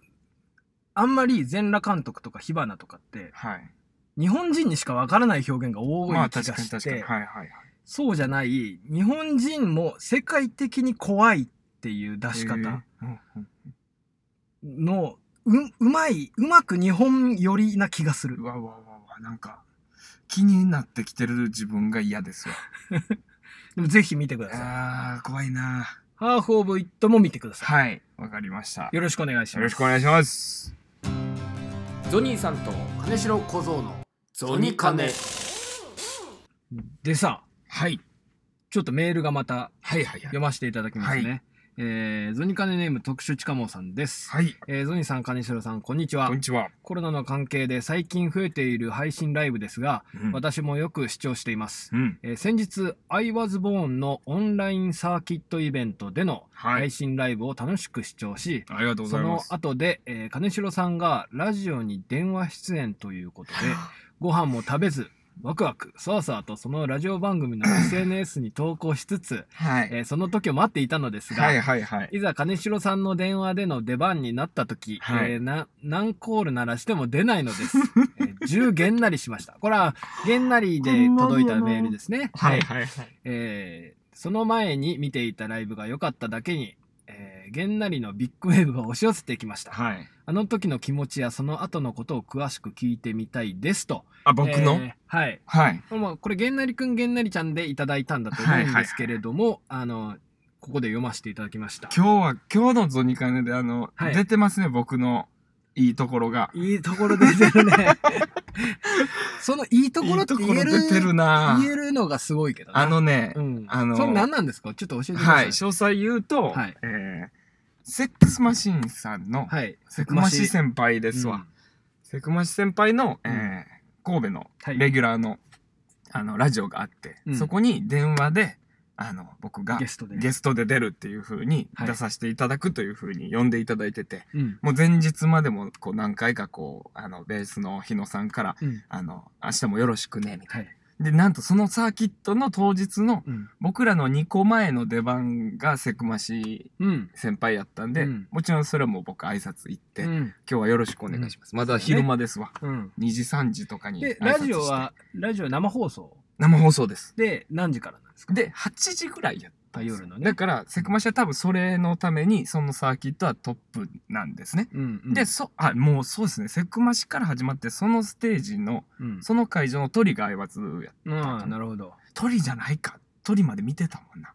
Speaker 2: あんまり全裸監督とか火花とかって、
Speaker 1: はい。
Speaker 2: 日本人にしかわからない表現が多
Speaker 1: まあ、
Speaker 2: い気
Speaker 1: 確
Speaker 2: が
Speaker 1: かに
Speaker 2: し
Speaker 1: 確かに。
Speaker 2: て、
Speaker 1: はいはいはい。
Speaker 2: そうじゃない、日本人も世界的に怖いっていう出
Speaker 1: へえ
Speaker 2: し方
Speaker 1: うんうん
Speaker 2: の、う、うまい、うまく日本寄りな気がする
Speaker 1: う。わうわうわうわ、なんか、気になってきてる自分が嫌ですわ。
Speaker 2: でもぜひ見てください。
Speaker 1: あー、怖いな
Speaker 2: ハーフ・オブ・イットも見てくださ
Speaker 1: はい、わかりました。
Speaker 2: い。よろしくお願いします。
Speaker 1: よろしくお願いします。
Speaker 2: ゾニーさんと金城小僧のゾニカネでさ
Speaker 1: はい。
Speaker 2: ちょっとメールがまた
Speaker 1: はいはいは
Speaker 2: 読ませていただきますね、
Speaker 1: は
Speaker 2: えーゾニカネネーム特殊ちかもさんです、
Speaker 1: はい、
Speaker 2: えーゾニーさん金城さんこんにちは
Speaker 1: こんにちは。
Speaker 2: コロナの関係で最近増えている配信ライブですが、
Speaker 1: うん
Speaker 2: 私もよく視聴しています、
Speaker 1: うん。
Speaker 2: えー先日 I was born のオンラインサーキットイベントでの
Speaker 1: は
Speaker 2: 配
Speaker 1: い。
Speaker 2: 信ライブを楽しく視聴し、
Speaker 1: ありがとうご
Speaker 2: そ
Speaker 1: ざいま
Speaker 2: の
Speaker 1: す。
Speaker 2: 後で、えー金城さんがラジオに電話出演とい うことで、ご飯も食べず、ワクワク、そわそわとそのラジオ番組の SNS に投稿しつつ、
Speaker 1: は
Speaker 2: え
Speaker 1: い。
Speaker 2: ーその時を待っていたのですが、
Speaker 1: はい
Speaker 2: い
Speaker 1: はいはい。
Speaker 2: ざ金城さんの電話での出番になった時、
Speaker 1: はい
Speaker 2: えーな何コール鳴らしても出ないの です、えー、10げんなりしましたこれはげんなりで届いたメールですね
Speaker 1: はいはい。
Speaker 2: えーその前に見ていたライブが良かっただけに、えーげんなりのビッグウェーブが押し寄せてきました
Speaker 1: はい。
Speaker 2: あの時の気持ちやその後のことを詳しく聞いてみたいですと
Speaker 1: あ、僕の、
Speaker 2: えーはい
Speaker 1: はい。
Speaker 2: まあ、これ、げんなりくん、げんなりちゃんでいただいたんだと思うんですけれども、あの、ここで読ませていただきました。
Speaker 1: 今日は、今日のゾニカネで、あの、
Speaker 2: はい
Speaker 1: 出てますね、僕のいいところが。
Speaker 2: いいところ出てるね。 そのいいところって
Speaker 1: いい
Speaker 2: 言
Speaker 1: とこ
Speaker 2: え
Speaker 1: ろ
Speaker 2: る
Speaker 1: 出てるな
Speaker 2: 言えるのがすごいけどな
Speaker 1: あ、のね、
Speaker 2: うん。
Speaker 1: あの
Speaker 2: それ何なんですかちょっと教えてくだ
Speaker 1: は
Speaker 2: さ
Speaker 1: い、
Speaker 2: い。
Speaker 1: 詳細言うと、
Speaker 2: はい
Speaker 1: えーセックスマシーンさんの、
Speaker 2: はい。
Speaker 1: セクマシ先輩ですわ。セクマシ先輩の、えー
Speaker 2: うん
Speaker 1: 神戸の
Speaker 2: はい
Speaker 1: レギュラーの,、あのラジオがあって、
Speaker 2: うん
Speaker 1: そこに電話であの僕が
Speaker 2: ゲストで。
Speaker 1: ゲストで出るっていう風に
Speaker 2: はい
Speaker 1: 出させていただくという風に呼んでいただいてて、
Speaker 2: うん。
Speaker 1: もう前日までもこう何回かこうあのベースの日野さんから
Speaker 2: うん。
Speaker 1: あの明日もよろしくねみたい
Speaker 2: はい。
Speaker 1: な。でなんとそのサーキットの当日の
Speaker 2: うん。
Speaker 1: 僕らの2個前の出番がセクマシ
Speaker 2: うん。
Speaker 1: 先輩やったんで、
Speaker 2: うん
Speaker 1: もちろんそれはもう僕挨拶行って、
Speaker 2: う
Speaker 1: 今
Speaker 2: ん。
Speaker 1: 日はよろしくお願いします。まだ昼間ですわ。
Speaker 2: うん。
Speaker 1: 2時3時とかに
Speaker 2: で
Speaker 1: 挨、拶
Speaker 2: ラ
Speaker 1: して
Speaker 2: ジオは、ラジオ生放送
Speaker 1: 生放送です。
Speaker 2: で何時からなんですか
Speaker 1: で8時ぐらいやったんですよ
Speaker 2: あ夜のね
Speaker 1: だからセクマシは多分それのためにそのサーキットはトップなんですね。
Speaker 2: うんうん。
Speaker 1: でそあもうそうですねセクマシから始まってそのステージの
Speaker 2: うん。
Speaker 1: その会場のトリが挨拶や
Speaker 2: ああ、なるほど。
Speaker 1: トリじゃないかトリまで見てたもんな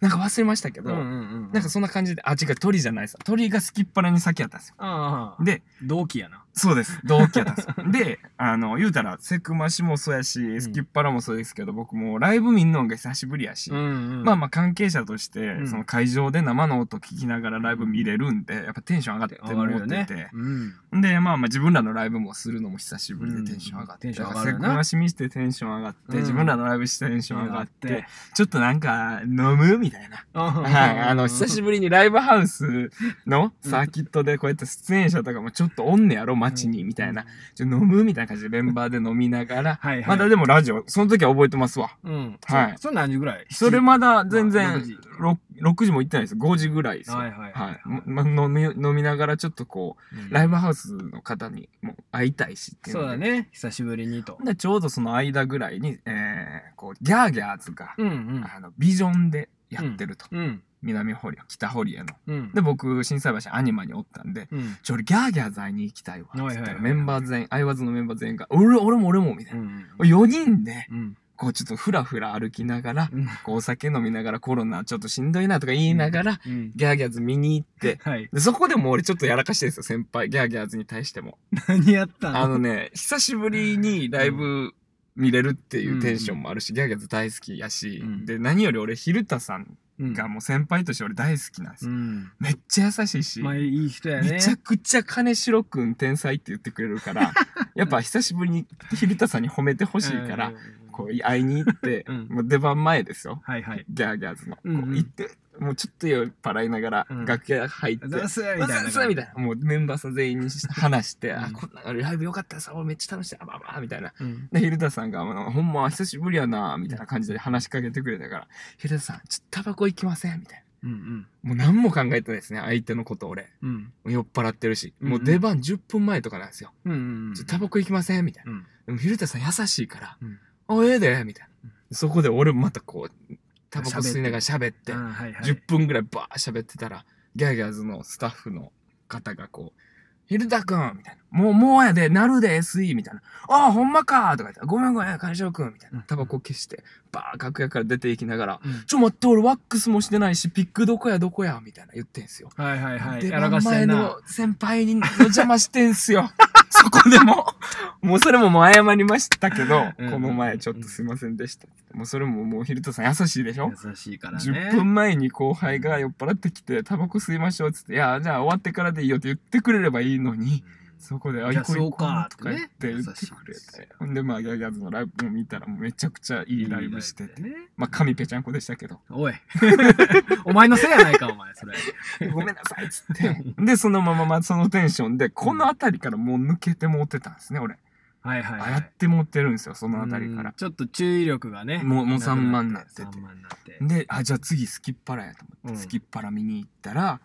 Speaker 1: なんか忘れましたけ
Speaker 2: う
Speaker 1: ど、
Speaker 2: んうんうん。
Speaker 1: なんかそんな感じであ違うトリじゃないさトリが好きっ腹に先やったんですよ。
Speaker 2: ああ、
Speaker 1: で
Speaker 2: 同期やな。
Speaker 1: そうです同期やったん ですよであの言うたらセクマシもそうやし好きっ腹もそうですけど、僕もライブ見んのが久しぶりやし、
Speaker 2: うんうん。
Speaker 1: まあまあ関係者として、
Speaker 2: ん
Speaker 1: その会場で生の音聞きながらライブ見れるんでやっぱテンション上がって
Speaker 2: 上が
Speaker 1: 思
Speaker 2: るよ
Speaker 1: って
Speaker 2: ね
Speaker 1: て、。
Speaker 2: うん。
Speaker 1: でまあまあ自分らのライブもするのも久しぶり
Speaker 2: う
Speaker 1: で
Speaker 2: ん
Speaker 1: テンション上がって、
Speaker 2: テンション上が
Speaker 1: セ
Speaker 2: るよ
Speaker 1: ク
Speaker 2: な
Speaker 1: マシ見してテンション上がって、
Speaker 2: うん
Speaker 1: 自分らのライブしてテンション上がって、
Speaker 2: 上がって
Speaker 1: ちょっとなんか飲むみたいな、はい、あの久し
Speaker 2: ぶ
Speaker 1: ぶりにライブハウスのサーキットでこうやって出演者とかもちょっとおんねやろ街にみたいな、。ちょっと飲むみたいな感じでメンバーで飲みながら
Speaker 2: はいはい。
Speaker 1: まだでもラジオその時は覚えてますわ
Speaker 2: うん。
Speaker 1: はい
Speaker 2: そそれ何時ぐらい
Speaker 1: それまだ全
Speaker 2: まあ
Speaker 1: 然
Speaker 2: 6時
Speaker 1: ろ 6, 時も行ってないです5時ぐらいですよ
Speaker 2: はいはい
Speaker 1: はいま飲み飲みながらちょっとこう
Speaker 2: うん
Speaker 1: ライブハウスの方にも会いたいしっていう
Speaker 2: そう
Speaker 1: ので
Speaker 2: だね。久しぶりにと。
Speaker 1: でちょうどその間ぐらいに、えーこうギャーギャーズが、
Speaker 2: うんうん。
Speaker 1: あのビジョンでやってると、
Speaker 2: うん。
Speaker 1: 南堀リ北堀江の
Speaker 2: うん。
Speaker 1: で僕心斎橋アニマにおったんで
Speaker 2: うん。
Speaker 1: 「ちょ俺ギャーギャーズ会いに行きたいわ」っ
Speaker 2: はい
Speaker 1: て言
Speaker 2: はいは
Speaker 1: った
Speaker 2: い
Speaker 1: らメンバー全員相葉ズのメンバー全員が「俺俺も俺も」みたいな、4人で
Speaker 2: うん。
Speaker 1: こうちょっとふらふら歩きながら
Speaker 2: うん。
Speaker 1: こうお酒飲みながらコロナちょっとしんどいなとか言いながら、
Speaker 2: うん。
Speaker 1: ギャーギャーズ見に行って
Speaker 2: はい。
Speaker 1: でそこでもう俺ちょっとやらかしてるんですよ先輩ギャーギャーズに対しても
Speaker 2: 何やったの
Speaker 1: あのね、久しぶりにライブ見れるっていうテンションもあるし、ギャーギャーズ大好きやし、
Speaker 2: うん
Speaker 1: で、何より俺、ヒルタさん
Speaker 2: うん
Speaker 1: がもう先輩として俺大好きなんです
Speaker 2: う
Speaker 1: よ。
Speaker 2: ん。
Speaker 1: めっちゃ優しいし、
Speaker 2: まあ、いい人やね。
Speaker 1: めちゃくちゃ金城くん天才って言ってくれる から、やっぱ久しぶりにヒルタさんに褒めてほしいから
Speaker 2: うん、。
Speaker 1: こう会いに行って、
Speaker 2: うん
Speaker 1: もう出番前ですよ。
Speaker 2: はいはい。
Speaker 1: ギャーギャーズの。こう
Speaker 2: うんうん
Speaker 1: 行って、もうちょっと酔っ払いながら
Speaker 2: うん
Speaker 1: 楽屋入って、
Speaker 2: ざっすみ
Speaker 1: み
Speaker 2: たいな。
Speaker 1: みたいな。もうメンバーさん全員に話して、
Speaker 2: うん
Speaker 1: あ、こんなライブよかったさ、俺めっちゃ楽しい、あばあばみたいな。
Speaker 2: うん。
Speaker 1: で、ヒルタさんが、あのほんま久しぶりやな、みたいな感じで話しかけてくれたから、ヒルタさん、ちょっとタバコ行きませんみたい
Speaker 2: うんうん。
Speaker 1: な。もう何も考えてないですね、相手のこと俺。
Speaker 2: うん。
Speaker 1: 酔っ払ってるし、もううん出番10分前とかなんですよ。
Speaker 2: うんうんうん。
Speaker 1: ちょっとタバコ行きませんみたいな。
Speaker 2: うん。
Speaker 1: でもヒルタさん優しいから、
Speaker 2: うん
Speaker 1: あ、ええで、みたい
Speaker 2: うん
Speaker 1: な。そこで俺もまたこう、タバコ吸いながら喋って
Speaker 2: あ、はいはい。
Speaker 1: 10分ぐらいバー喋ってたら、ギャーギャーズのスタッフの方がこう、ヒルタくんみたいな。もう、もうやで、なるで、SE! みたいな。ああ、ほんまかとか言って、ごめんごめん、金城くんみたいな。タバコ消して、バー楽屋から出ていきながら、
Speaker 2: うん
Speaker 1: ちょ待って、俺ワックスもしてないし、ピックどこやどこやみたいな言ってんすよ。
Speaker 2: はいはいはい。
Speaker 1: 出
Speaker 2: や
Speaker 1: 番
Speaker 2: らかして
Speaker 1: 前
Speaker 2: ん
Speaker 1: の
Speaker 2: な。
Speaker 1: 先輩にの邪魔してんすよ。 そこでも、もうそれももう謝りましたけど、
Speaker 2: うん
Speaker 1: この前ちょっとすいませんでした。もうそれももうヒルタさん優しいでしょ
Speaker 2: 優しいからね。
Speaker 1: 10分前に後輩が酔っ払ってきて「タバコ吸いましょう」っつって「いやじゃあ終わってからでいいよ」って言ってくれればいいのにそこで「あ
Speaker 2: じゃあ
Speaker 1: 行こう行こ
Speaker 2: そ
Speaker 1: う
Speaker 2: うか」
Speaker 1: とか言って言
Speaker 2: ね
Speaker 1: ってくれてほんでまあギャギャズのライブも見たらもうめちゃくちゃいいライブしてて
Speaker 2: ね。
Speaker 1: まあ髪ぺちゃんこでしたけど
Speaker 2: おい。 お前のせいやないか、お前、それ。
Speaker 1: 「 ごめんなさい」っつって でそのまままあそのテンションでこの辺りからもう抜けてもうてたんですね俺
Speaker 2: はいはい
Speaker 1: あ
Speaker 2: はい。
Speaker 1: やってもうてるんですよその辺りか
Speaker 2: うん
Speaker 1: ら
Speaker 2: ちょっと注意力がね。
Speaker 1: もうもう
Speaker 2: なくな
Speaker 1: 散漫になってて
Speaker 2: 散漫になって。
Speaker 1: であじゃあ次スキッパラやと思
Speaker 2: う
Speaker 1: っ
Speaker 2: ん
Speaker 1: てスキッパラ見に行ったら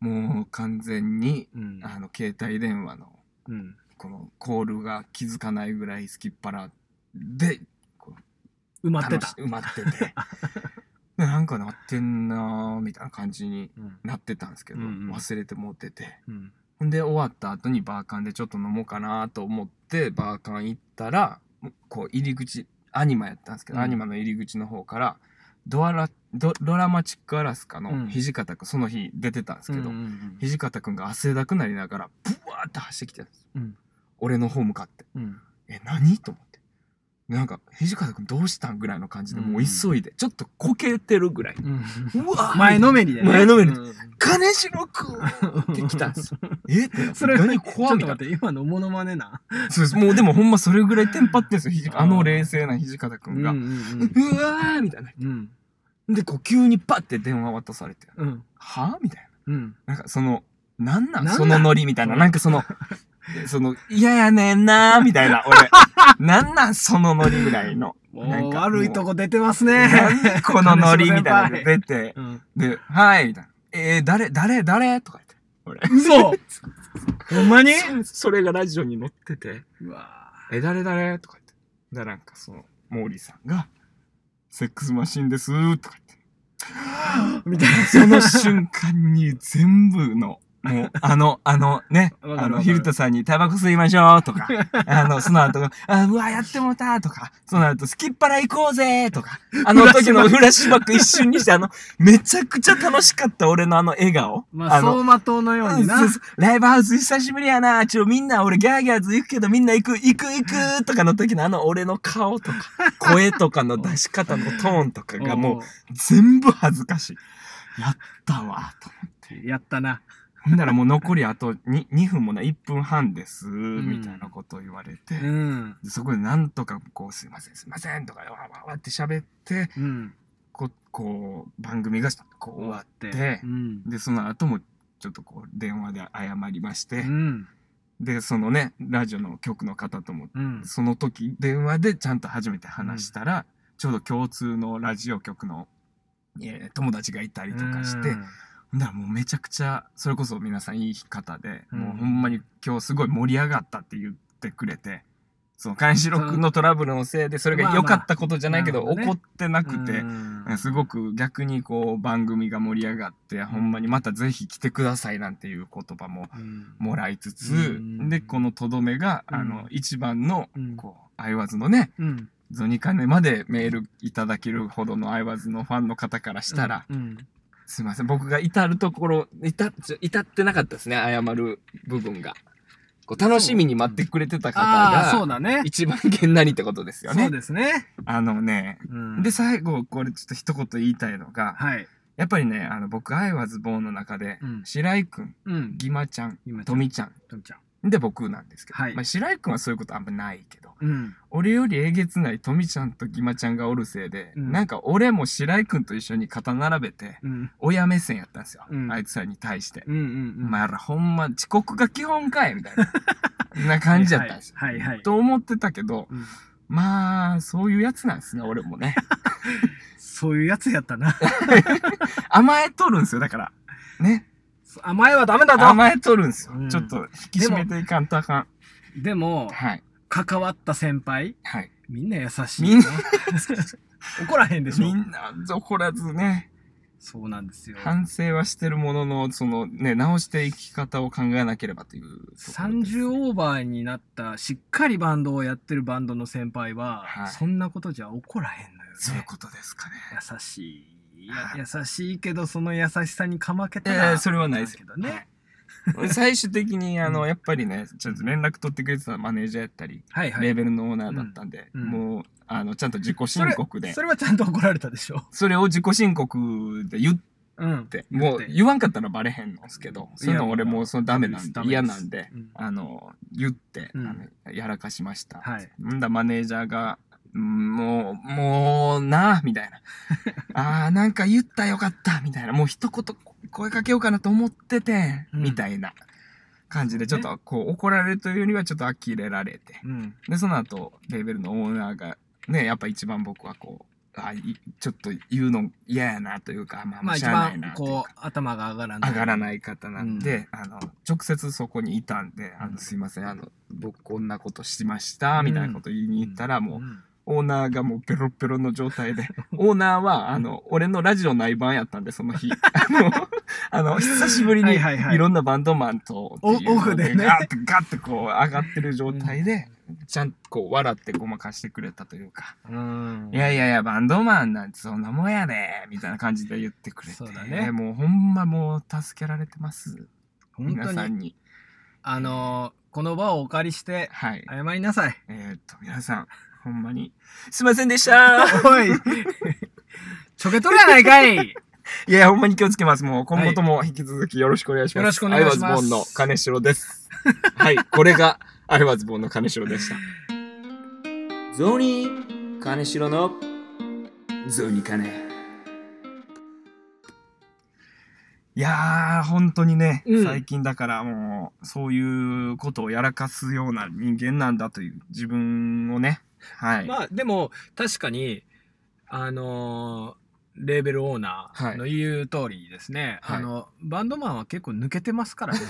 Speaker 1: もう完全に
Speaker 2: うん。
Speaker 1: あの携帯電話の
Speaker 2: うん。
Speaker 1: このコールが気づかないぐらいすきっ腹で
Speaker 2: 埋まってた
Speaker 1: 楽し。埋まって てでなんかなってんなーみたいな感じに
Speaker 2: うん。
Speaker 1: なってたんですけど、
Speaker 2: うんうん
Speaker 1: 忘れてもうてて
Speaker 2: うん。
Speaker 1: ほんで終わった後にバーカンでちょっと飲もうかなと思ってバーカン行ったらこう入り口アニマやったんですけど、
Speaker 2: うん
Speaker 1: アニマの入り口の方からドアラドドラマチックアラスカの土方君、その日出てたんですけど、
Speaker 2: うんうんうん
Speaker 1: 土方君が汗だくなりながらブワーって走ってきてるんですよ、
Speaker 2: うん
Speaker 1: 俺の方向かって
Speaker 2: うん。
Speaker 1: え何と思ってなんか土方君どうしたんぐらいの感じで
Speaker 2: うんうん
Speaker 1: もう急いで、ちょっとこけてるぐらい、
Speaker 2: うん
Speaker 1: うわー
Speaker 2: 前のめりでね。
Speaker 1: 前のめり
Speaker 2: うん
Speaker 1: 金城君って来たん ですよえって
Speaker 2: それ、
Speaker 1: 何
Speaker 2: ちょ
Speaker 1: 怖
Speaker 2: っ
Speaker 1: み
Speaker 2: と
Speaker 1: たいな
Speaker 2: 待って、今のモノマネな。
Speaker 1: そうですもうでもほんまそれぐらいテンパってんですよ土方
Speaker 2: あー
Speaker 1: あの冷静な土方
Speaker 2: う
Speaker 1: 君
Speaker 2: ん
Speaker 1: が、
Speaker 2: う
Speaker 1: うんわーみたいな
Speaker 2: うん。
Speaker 1: で、こう急にパッて電話渡されて、
Speaker 2: うん。
Speaker 1: はぁみたい
Speaker 2: うん。
Speaker 1: な。なんかその、なんなん
Speaker 2: なんなん
Speaker 1: そのノリみたいな。なんかその、でその、嫌やねんなーみたいな、 俺。なんなんそのノリぐらいの。なん
Speaker 2: もう
Speaker 1: か
Speaker 2: 悪いとこ出てますね。
Speaker 1: 何このノリみたいなのが
Speaker 2: 金城先輩
Speaker 1: 出て、
Speaker 2: うん。
Speaker 1: で、はい、みたいな。えー、誰、誰、誰とか言って。
Speaker 2: 嘘ほんまに
Speaker 1: 俺。それがラジオに載ってて。
Speaker 2: うわ
Speaker 1: え、誰誰とか言って。で、なんかその、モーリーさんが、セックスマシンですーとか言って。
Speaker 2: みたいな
Speaker 1: その瞬間に全部の、もう、あの、あのね、
Speaker 2: わか
Speaker 1: あ
Speaker 2: るわか
Speaker 1: の、
Speaker 2: る
Speaker 1: ヒルトさんにタバコ吸いましょうとか、あの、その後、あ、うわ、やってもうたとか、その後、スキッパラ行こうぜとか、あの時のフラッシュバック一瞬にして、あの、めちゃくちゃ楽しかった俺のあの笑顔。
Speaker 2: まあ、
Speaker 1: の
Speaker 2: 走馬灯のようにな
Speaker 1: そう。そうライブハウス久しぶりやな。ちょ、みんな俺ギャーギャーズ行くけどみんな行く、行く行くとかの時のあの俺の顔 とか、声とかの出し方のトーンとかがもう全部恥ずかしい。やったわ、と思って。
Speaker 2: やったな。
Speaker 1: ほんならもう残りあと 2, 2分もない、1分半です、
Speaker 2: ん
Speaker 1: みたいなことを言われて、
Speaker 2: うん。
Speaker 1: そこでなんとかこう、すいません、すいませんとか、わーわーわーって喋って、
Speaker 2: うん。
Speaker 1: ここう、番組がこう終わって、
Speaker 2: うん。
Speaker 1: で、その後もちょっとこう、電話で謝りまして、
Speaker 2: うん。
Speaker 1: でそのねラジオの局の方とも
Speaker 2: うん。
Speaker 1: その時電話でちゃんと初めて話したら、ちょうど共通のラジオ局の、えー友達がいたりとかして、
Speaker 2: うん
Speaker 1: ほんだらもうめちゃくちゃそれこそ皆さんいい方で、
Speaker 2: うん
Speaker 1: もうほんまに今日すごい盛り上がったって言ってくれて。その監視録のトラブルのせいでそれが良かったことじゃないけど
Speaker 2: まあまあ
Speaker 1: 怒ってなくて
Speaker 2: うん
Speaker 1: すごく逆にこう番組が盛り上がってほんまにまたぜひ来てくださいなんていう言葉も
Speaker 2: うん
Speaker 1: もらいつつ、
Speaker 2: うん
Speaker 1: でこのとどめが、
Speaker 2: うん
Speaker 1: あの一番の
Speaker 2: うん
Speaker 1: こうアイワズのね
Speaker 2: うん
Speaker 1: ゾニカネまでメールいただけるほどのアイワズのファンの方からしたら、
Speaker 2: うん
Speaker 1: すいません僕が至るところ至ちょ至ってなかったですね謝る部分がこう楽しみに待ってくれてた方
Speaker 2: ああそう
Speaker 1: が
Speaker 2: だね
Speaker 1: 一番げんなりってことですよ
Speaker 2: そう
Speaker 1: ね
Speaker 2: ですね
Speaker 1: あのね
Speaker 2: うん
Speaker 1: で最後これちょっと一言言いたいのが、
Speaker 2: はい
Speaker 1: やっぱりねあの僕アイワズ棒の中で、
Speaker 2: うん
Speaker 1: 白井くん
Speaker 2: うん
Speaker 1: ギマちゃん
Speaker 2: 今
Speaker 1: とみちゃん
Speaker 2: とみちゃん
Speaker 1: で僕なんですけど、
Speaker 2: はい
Speaker 1: まあ、白井君はそういうことあんまないけど
Speaker 2: うん
Speaker 1: 俺よりえげつない富ちゃんとギマちゃんがおるせいで、
Speaker 2: うん
Speaker 1: なんか俺も白井君と一緒に肩並べて
Speaker 2: うん
Speaker 1: 親目線やったんですよ、
Speaker 2: うん
Speaker 1: あいつらに対して
Speaker 2: う、んうんうん
Speaker 1: まあやらほんま遅刻が基本かいみたい なな感じやったんですよ、
Speaker 2: はいはいはい
Speaker 1: と思ってたけど
Speaker 2: うん
Speaker 1: まあそういうやつなんですね俺もね
Speaker 2: そういうやつやったな
Speaker 1: 甘えとるんですよだからね
Speaker 2: 甘えはダメだぞ
Speaker 1: 甘えとるんですよ、
Speaker 2: うん
Speaker 1: ちょっと引き締めていかんとあかん
Speaker 2: でも
Speaker 1: はい
Speaker 2: 関わった先輩
Speaker 1: はい
Speaker 2: みんな優しい
Speaker 1: みんな
Speaker 2: 怒らへんでしょ
Speaker 1: みんな怒らずね
Speaker 2: そうなんですよ
Speaker 1: 反省はしてるものの、そのね、直して生き方を考えなければというところです。
Speaker 2: 30オーバーになったしっかりバンドをやってるバンドの先輩は、
Speaker 1: はい
Speaker 2: そんなことじゃ怒らへんのよね
Speaker 1: そういうことですかね。
Speaker 2: 優しい。いや
Speaker 1: はい
Speaker 2: 優しいけど、その優しさにかまけ
Speaker 1: え
Speaker 2: たら、
Speaker 1: えそれはないです
Speaker 2: けどね。
Speaker 1: はい最終的に、あ
Speaker 2: う
Speaker 1: の、
Speaker 2: ん
Speaker 1: やっぱりね、ちょっと連絡取ってくれてたマネージャーやったり、
Speaker 2: はいは
Speaker 1: レー
Speaker 2: い。
Speaker 1: ベルのオーナーだったんで、
Speaker 2: うんうん
Speaker 1: もう、あの、ちゃんと自己申告で
Speaker 2: それ、それはちゃんと怒られたでしょ。
Speaker 1: それを自己申告で言っ
Speaker 2: うん。
Speaker 1: て、もう言わんかったらバレへんのですけど、そういうの俺もうそのダメなんで、嫌なんで、
Speaker 2: うん
Speaker 1: あの、言って、
Speaker 2: うん
Speaker 1: あのやらかしました。
Speaker 2: はい。
Speaker 1: んだマネージャーが、うんもう、もうな、みた いな。ああ、なんか言ったらよかった、みたいな。もう一言声かけようかなと思ってて、
Speaker 2: うん
Speaker 1: みたいな感じで、ち
Speaker 2: そう
Speaker 1: ょっ
Speaker 2: ね
Speaker 1: とこう怒られるというよりはちょっと呆れられて。
Speaker 2: うん。
Speaker 1: で、その後、レーベルのオーナーが、ね、やっぱ一番僕はこう、あいちょっと言うの嫌やなというか、まあ、
Speaker 2: ま
Speaker 1: ま
Speaker 2: あ
Speaker 1: あ、し
Speaker 2: 一
Speaker 1: ゃあないな
Speaker 2: 番、
Speaker 1: という
Speaker 2: こ
Speaker 1: か。
Speaker 2: う、頭が上がらない。
Speaker 1: 上がら
Speaker 2: い。
Speaker 1: ない方なんで、あの直接そこにいたんで「あ
Speaker 2: うん
Speaker 1: のすいませんあの僕こんなことしました」みたいなこと言いに行ったら、もうオーナーがもうペロペロの状態 で、オーナーは、あの、俺のラジオ内番やったんで、その 日。あの、あの久しぶりに、
Speaker 2: はいはいはい
Speaker 1: いろんなバンドマンと、
Speaker 2: お
Speaker 1: っていうの
Speaker 2: オフでね
Speaker 1: ガッてガッてこう上がってる状態で、ちゃんとこう笑ってごまかしてくれたというか、
Speaker 2: うん。
Speaker 1: いやいやいや、バンドマンなんてそんなもんやねみたいな感じで言ってくれて、
Speaker 2: そうだね
Speaker 1: もうほんまもう助けられてます。
Speaker 2: 本
Speaker 1: 皆
Speaker 2: 当
Speaker 1: さ
Speaker 2: に、
Speaker 1: んに。
Speaker 2: あのー、この場をお借りして、
Speaker 1: はい。
Speaker 2: 謝りなさい。
Speaker 1: えーっと、皆さん、ほんまに、すいませんでした
Speaker 2: おいちょけとるやないかい
Speaker 1: いや、ほんまに気をつけます。もう、今後とも引き続きよろしくお願いします。
Speaker 2: よろしくお願いします
Speaker 1: アイワズボンの金城 です。はい、これが、アイワズボンの金城でした。ゾニー、金城の、ゾニカネ。いやー、本当にね、
Speaker 2: うん
Speaker 1: 最近だからもう、そういうことをやらかすような人間なんだという自分をね、はい。
Speaker 2: まあでも確かにあのーレーベルオーナーの言う通りですね、
Speaker 1: はい
Speaker 2: あのバンドマンは結構抜けてます からね、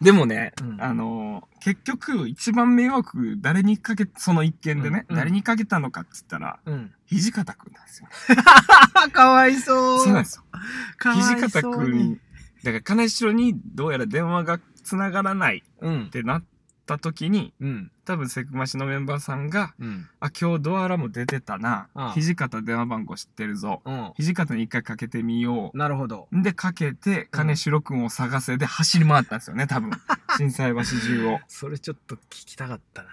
Speaker 1: でもね、
Speaker 2: うん
Speaker 1: あのー結局、一番迷惑、誰にかけ、その一件でね、
Speaker 2: うんうん
Speaker 1: 誰にかけたのかっつったら、
Speaker 2: うん、
Speaker 1: 土方くんなんですよ。
Speaker 2: かわいそう
Speaker 1: そうなんですよ。
Speaker 2: かわいそう
Speaker 1: 土方くんに、だから金城にどうやら電話が繋がらない
Speaker 2: うん
Speaker 1: ってなった時に、
Speaker 2: うん
Speaker 1: 多分セクマシのメンバーさんが、
Speaker 2: うん
Speaker 1: あ、今日ドアラも出てたな
Speaker 2: ああ。
Speaker 1: 土方電話番号知ってるぞ。
Speaker 2: うん
Speaker 1: 土方に一回かけてみよ
Speaker 2: なるほど
Speaker 1: う。んで、かけて、金城くんを探せで走り回ったんですよね、 多分。震災橋中を。
Speaker 2: それちょっと聞きたかったな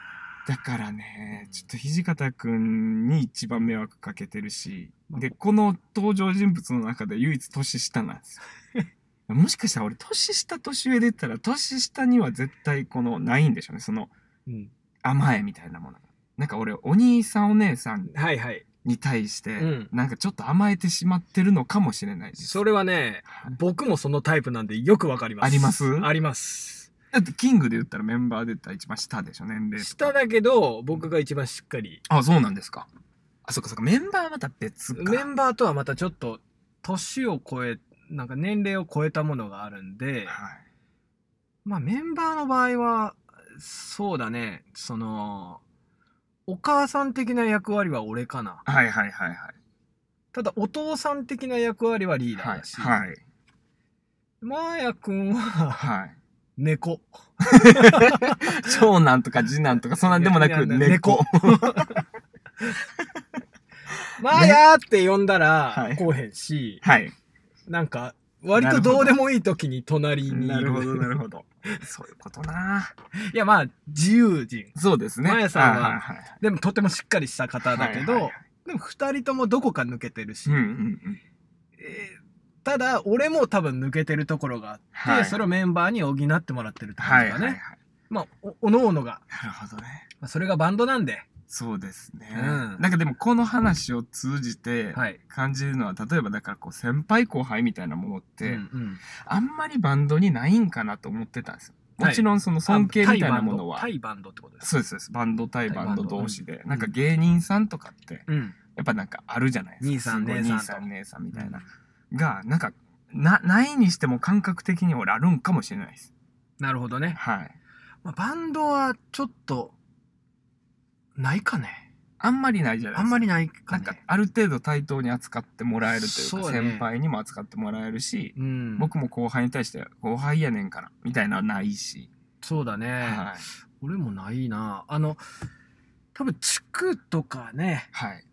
Speaker 1: だからね、ちょっと土方くんに一番迷惑かけてるし、で、この登場人物の中で唯一年下なんです よ。もしかしたら俺、年下年上で言ったら、年下には絶対この、ないんでしょうね、その
Speaker 2: うん
Speaker 1: 甘えみたいなものが。なんか俺、お兄さんお姉さん
Speaker 2: はいはい
Speaker 1: に対して、
Speaker 2: うん
Speaker 1: なんかちょっと甘えてしまってるのかもしれないです。
Speaker 2: それはね僕もそのタイプなんでよくわかります
Speaker 1: あります
Speaker 2: あります
Speaker 1: だってキングで言ったらメンバーで言ったら一番下でしょ、年齢とか
Speaker 2: 下だけど僕が一番しっかり
Speaker 1: あ、そうなんですか。あ、そっかそっか、メンバーはまた別か。
Speaker 2: メンバーとはまたちょっと年を超えなんか年齢を超えたものがあるんで、
Speaker 1: はい
Speaker 2: まあ、メンバーの場合はそうだねそのお母さん的な役割は俺かな
Speaker 1: はいはいはいはい。
Speaker 2: ただお父さん的な役割はリーダーだし、
Speaker 1: はい。
Speaker 2: マーヤくんは
Speaker 1: はい。
Speaker 2: 猫
Speaker 1: 長男とか次男とか、そんなんでもない
Speaker 2: や
Speaker 1: く、
Speaker 2: いや
Speaker 1: 猫。
Speaker 2: マーヤって呼んだら
Speaker 1: はい
Speaker 2: こうへんし、
Speaker 1: はい。
Speaker 2: なんか割とどうでもいい時に隣にいる
Speaker 1: なるほど、なるほど。そういうことな。
Speaker 2: いやまあ自由人
Speaker 1: そうですね。
Speaker 2: マヤさん
Speaker 1: は
Speaker 2: は
Speaker 1: いはいはい
Speaker 2: でもとてもしっかりした方だけど、
Speaker 1: はいはいは
Speaker 2: でも2人ともどこか抜けてるし、
Speaker 1: うんうんうん。
Speaker 2: えーただ俺も多分抜けてるところがあって、
Speaker 1: はい
Speaker 2: それをメンバーに補ってもらってるって感
Speaker 1: は
Speaker 2: じ
Speaker 1: い
Speaker 2: か
Speaker 1: は
Speaker 2: ね、
Speaker 1: いはい。
Speaker 2: まあおおのおのが
Speaker 1: なるほどね。
Speaker 2: まあそれがバンドなんで、
Speaker 1: そうですね。
Speaker 2: うん
Speaker 1: なんかでもこの話を通じて
Speaker 2: はい
Speaker 1: 感じるのは、例えばだからこう先輩後輩みたいなものっ
Speaker 2: うん
Speaker 1: て、
Speaker 2: うん
Speaker 1: あんまりバンドにないんかなと思ってたんですよ。もちろんその尊敬みたいなものは
Speaker 2: あ、対バンド対バンドってことです
Speaker 1: そうですそうです。バンド対バンド同士で。
Speaker 2: ん
Speaker 1: なんか芸人さんとかって、
Speaker 2: うん
Speaker 1: やっぱなんかあるじゃないですか。
Speaker 2: 兄さん
Speaker 1: すごい
Speaker 2: 姉さん
Speaker 1: 兄
Speaker 2: と
Speaker 1: さん、姉さんみたいな。が、なんか、な、ないにしても感覚的に俺あるんかもしれないです。
Speaker 2: なるほどね、
Speaker 1: はい。
Speaker 2: まあ、バンドはちょっとないかね
Speaker 1: あんまりないじゃないです
Speaker 2: あ
Speaker 1: か。
Speaker 2: んまりないか
Speaker 1: なん
Speaker 2: ね
Speaker 1: か、ある程度対等に扱ってもらえるという
Speaker 2: そ
Speaker 1: か、
Speaker 2: うね
Speaker 1: 先輩にも扱ってもらえるし、
Speaker 2: うん、
Speaker 1: 僕も後輩に対して、後輩やねんから、みたいなのはないし。
Speaker 2: そうだね、
Speaker 1: はい。
Speaker 2: 俺もないなあの多分地区とかね
Speaker 1: はい。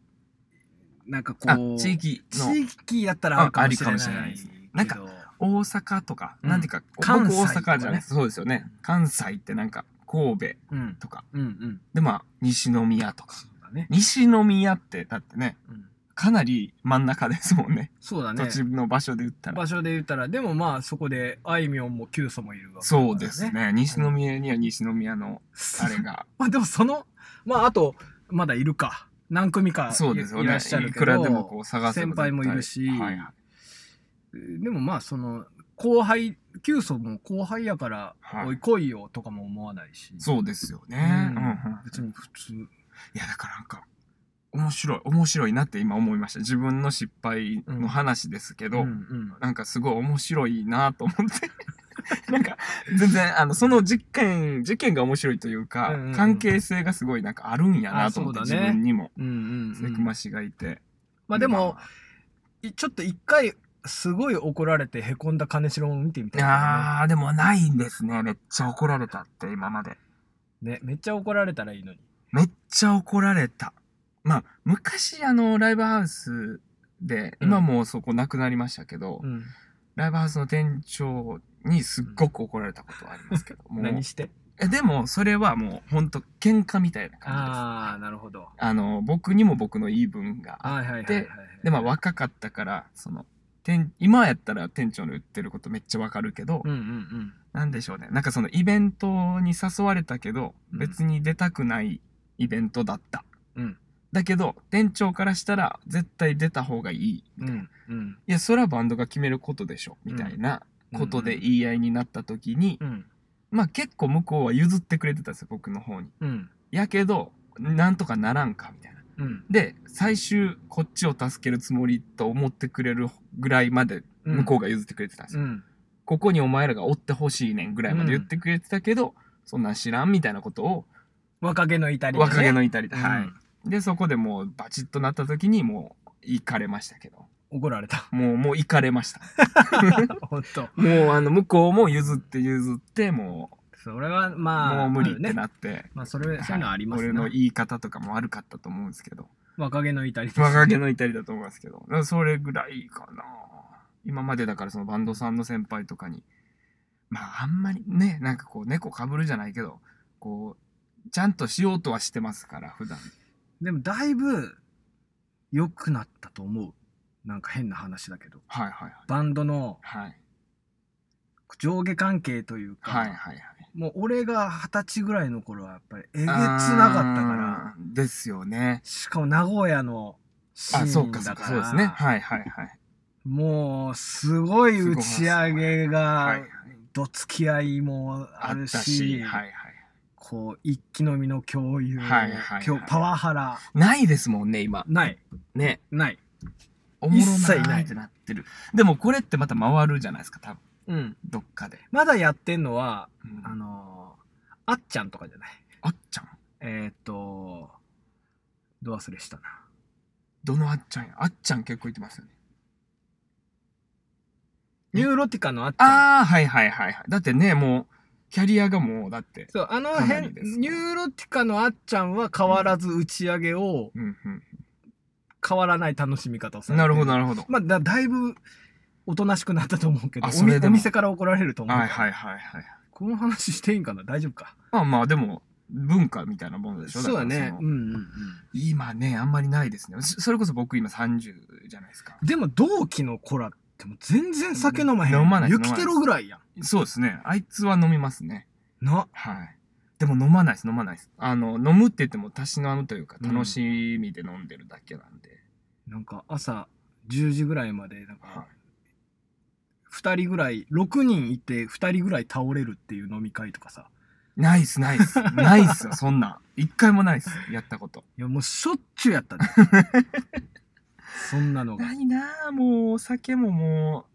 Speaker 2: なんか
Speaker 1: あ
Speaker 2: こ、う
Speaker 1: 地域
Speaker 2: 地
Speaker 1: の、
Speaker 2: 域やったらあるかもしれな
Speaker 1: あ
Speaker 2: い
Speaker 1: ありかもしれないです
Speaker 2: けど
Speaker 1: なんか大阪とか、
Speaker 2: うん
Speaker 1: なんていうか、
Speaker 2: 関
Speaker 1: 僕
Speaker 2: 西
Speaker 1: 大
Speaker 2: とかね
Speaker 1: 阪じゃなくて、そうですよね。関西ってなんか、神戸
Speaker 2: うん
Speaker 1: とか。
Speaker 2: うんうん
Speaker 1: で、まあ、西宮とか
Speaker 2: そ。うだね、
Speaker 1: 西宮って、だってね、
Speaker 2: うん、
Speaker 1: かなり真ん中ですもんね
Speaker 2: そうだ ね
Speaker 1: 土地の場所で言ったら
Speaker 2: 場所で言ったらでもまあそこであいみょんもキュウソもいるわけだから
Speaker 1: そうですね西宮には西宮 のあれが
Speaker 2: まあでもそのまああとまだいるか何組かい
Speaker 1: そうですよ
Speaker 2: いら
Speaker 1: ね
Speaker 2: っしゃる
Speaker 1: い
Speaker 2: けど
Speaker 1: くらでもこう探せば
Speaker 2: 先
Speaker 1: 絶対
Speaker 2: 輩もいるし、
Speaker 1: はいはい
Speaker 2: でもまあその後輩キュウソも後輩やから、
Speaker 1: はい
Speaker 2: おい来いよとかも思わないし
Speaker 1: そうですよね、
Speaker 2: う
Speaker 1: うんうん
Speaker 2: ん、別
Speaker 1: い
Speaker 2: に普通
Speaker 1: やだからなんか面白い面白いなって今思いました自分の失敗の話ですけど、
Speaker 2: うんうん
Speaker 1: なんかすごい面白いなと思って なんか全然あのその事件事件が面白いというか、
Speaker 2: うんうんうん
Speaker 1: 関係性がすごいなんかあるんやなと思って、
Speaker 2: あそ
Speaker 1: 自
Speaker 2: うだね
Speaker 1: 分にも
Speaker 2: うんうんうん
Speaker 1: セクマシがいて、
Speaker 2: まあでも、いちょっと一回すごい怒られてへこんだ金城も見てみたいな、
Speaker 1: あー、でもないんですね。めっちゃ怒られたって、今まで。
Speaker 2: ねね。めっちゃ怒られたらいいのに。
Speaker 1: めっちゃ怒られた。まあ、昔、あの、ライブハウスで、
Speaker 2: うん
Speaker 1: 今もうそこなくなりましたけど、
Speaker 2: うん、
Speaker 1: ライブハウスの店長にすっごく怒られたことはありますけど、もう
Speaker 2: 何して
Speaker 1: えでも、それはもう、ほんと、喧嘩みたいな感じです。
Speaker 2: ああなるほど。
Speaker 1: あの、僕にも僕の言い分があっ
Speaker 2: はいはいはいはい、はい
Speaker 1: で。て、まあ、若かったから、その、店今やったら店長の言ってることめっちゃわかるけど、
Speaker 2: うんうんうん。
Speaker 1: なんでしょうね。なんかそのイベントに誘われたけど、
Speaker 2: うん
Speaker 1: 別に出たくないイベントだった。
Speaker 2: うん
Speaker 1: だけど、店長からしたら絶対出た方がいい。
Speaker 2: うんうん
Speaker 1: いや、それはバンドが決めることでしょ。みたいなことで言い合いになった時に、
Speaker 2: うん
Speaker 1: まあ結構向こうは譲ってくれてたんですよ、僕の方に。
Speaker 2: うん
Speaker 1: やけど、なんとかならんか、みたいな。
Speaker 2: うん
Speaker 1: で、最終、こっちを助けるつもりと思ってくれるぐらいまで、
Speaker 2: うん
Speaker 1: 向こうが譲ってくれてたんです
Speaker 2: う
Speaker 1: よ。
Speaker 2: ん
Speaker 1: ここにお前らがおってほしいねんぐらいまで言ってくれてたけど、そんなん知らんみたいなことを、
Speaker 2: 若気の至りだね
Speaker 1: 若気の至りで、
Speaker 2: うん
Speaker 1: はい。で、そこでもうバチッとなった時に、もう、行かれましたけど。
Speaker 2: 怒ら れた
Speaker 1: もう、もう行かれま した。
Speaker 2: 本当
Speaker 1: もう、あの、向こうも譲って譲って、も
Speaker 2: それは
Speaker 1: う、
Speaker 2: ま
Speaker 1: も
Speaker 2: あ
Speaker 1: う無理って
Speaker 2: あるね
Speaker 1: なって。
Speaker 2: まあそれそういうのはありま
Speaker 1: は
Speaker 2: す
Speaker 1: い
Speaker 2: ね
Speaker 1: 俺の言い方とかも悪かったと思うんですけど。
Speaker 2: 若気の至りです
Speaker 1: 若気の至りだと思いますけど。だからそれぐらいかな。今までだからそのバンドさんの先輩とかに、まああんまりね、なんかこう猫かぶるじゃないけど、こう、ちゃんとしようとはしてますから、普段。
Speaker 2: でもだいぶ良くなったと思うなんか変な話だけど
Speaker 1: はいはいはい。
Speaker 2: バンドの
Speaker 1: はい
Speaker 2: 上下関係というか、
Speaker 1: はいはいはい。
Speaker 2: もう俺が二十歳ぐらいの頃はやっぱりえげつなかったか
Speaker 1: あ
Speaker 2: ら
Speaker 1: ー。ですよね。
Speaker 2: しかも名古屋のシ
Speaker 1: あ、そう
Speaker 2: ーン
Speaker 1: かそう
Speaker 2: だ
Speaker 1: か。
Speaker 2: か
Speaker 1: そうですね。
Speaker 2: ら
Speaker 1: はいはいはい。
Speaker 2: もうすごい打ち上げ
Speaker 1: はい
Speaker 2: が
Speaker 1: はい
Speaker 2: どつき合いも
Speaker 1: あ
Speaker 2: ある
Speaker 1: った
Speaker 2: し
Speaker 1: し、はいはい。
Speaker 2: こう一気飲みの共有、
Speaker 1: はいはいはい
Speaker 2: 今日パワハラ
Speaker 1: ないですもんね、今。
Speaker 2: ない
Speaker 1: ね。
Speaker 2: ない、
Speaker 1: おもろ
Speaker 2: 一切
Speaker 1: な
Speaker 2: ない
Speaker 1: ーってなってる。でもこれってまた回るじゃないですか、多分。
Speaker 2: うん、
Speaker 1: どっかで。
Speaker 2: まだやってんのは
Speaker 1: うん
Speaker 2: あのーあっちゃんとかじゃない
Speaker 1: あっちゃん
Speaker 2: えーっ、とど忘れしたな
Speaker 1: どのあっちゃんやあっちゃん結構言ってますよね。え
Speaker 2: ニューロティカのあっちゃん
Speaker 1: ああ、はいはいはいはい。だってね、もう、キャリアがもう、だって。
Speaker 2: そうあの
Speaker 1: かなり
Speaker 2: 辺
Speaker 1: です
Speaker 2: ニューロティカのあっちゃんは変わらず打ち上げを
Speaker 1: うん
Speaker 2: 変わらない楽しみ方をさ
Speaker 1: う
Speaker 2: れ
Speaker 1: ん。な
Speaker 2: て
Speaker 1: るほど、なるほど。
Speaker 2: まあ、だだいぶおとなしくなったと思うけど
Speaker 1: あ
Speaker 2: お
Speaker 1: それで
Speaker 2: 店
Speaker 1: も
Speaker 2: お店から怒られると思う、
Speaker 1: はいはいはいはい。
Speaker 2: この話していいんかな大丈夫か
Speaker 1: まあまあ、でも、文化みたいなものでしょ
Speaker 2: そうだね
Speaker 1: から
Speaker 2: う
Speaker 1: そ
Speaker 2: ん
Speaker 1: の
Speaker 2: うんうん
Speaker 1: 今ね、あんまりないですね。そそれこそ僕今30じゃないですか。
Speaker 2: でも同期の子らってもう全然酒飲まへん
Speaker 1: 飲まない
Speaker 2: ユキテロぐらいや
Speaker 1: そうですね。あいつは飲みますね。
Speaker 2: んな
Speaker 1: はい。でも飲まないです、飲まないです。あの、飲むって言っても、たしなむというか、楽しみで飲んでるだけなんで。
Speaker 2: なんか朝10時ぐらいまでな
Speaker 1: は
Speaker 2: ん
Speaker 1: い
Speaker 2: か2人ぐらい6人いて2人ぐらい倒れるっていう飲み会とかさ
Speaker 1: ないっす、ないっ す。ないっすよ、そんなん。一回もないっす、やったこと。
Speaker 2: いやもうしょっちゅうや ったねそんなのが
Speaker 1: ないなあもうお酒もも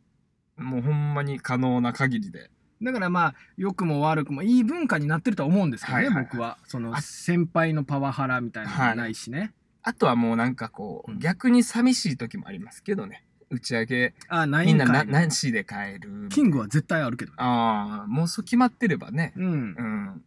Speaker 1: うもうほんまに可能な限りで
Speaker 2: だからまあ良くも悪くもいい文化になってるとは思うんですけどね、
Speaker 1: はいはいはい
Speaker 2: 僕はその
Speaker 1: あ
Speaker 2: 先輩のパワハラみたいなのもないしね、
Speaker 1: あとはもうなんかこう、
Speaker 2: うん
Speaker 1: 逆に寂しい時もありますけどね打ち上げ
Speaker 2: あない
Speaker 1: みん
Speaker 2: ん
Speaker 1: な
Speaker 2: か
Speaker 1: ないなしで帰る
Speaker 2: キングは絶対あるけど
Speaker 1: ああもうそう決まってればね
Speaker 2: うん
Speaker 1: うん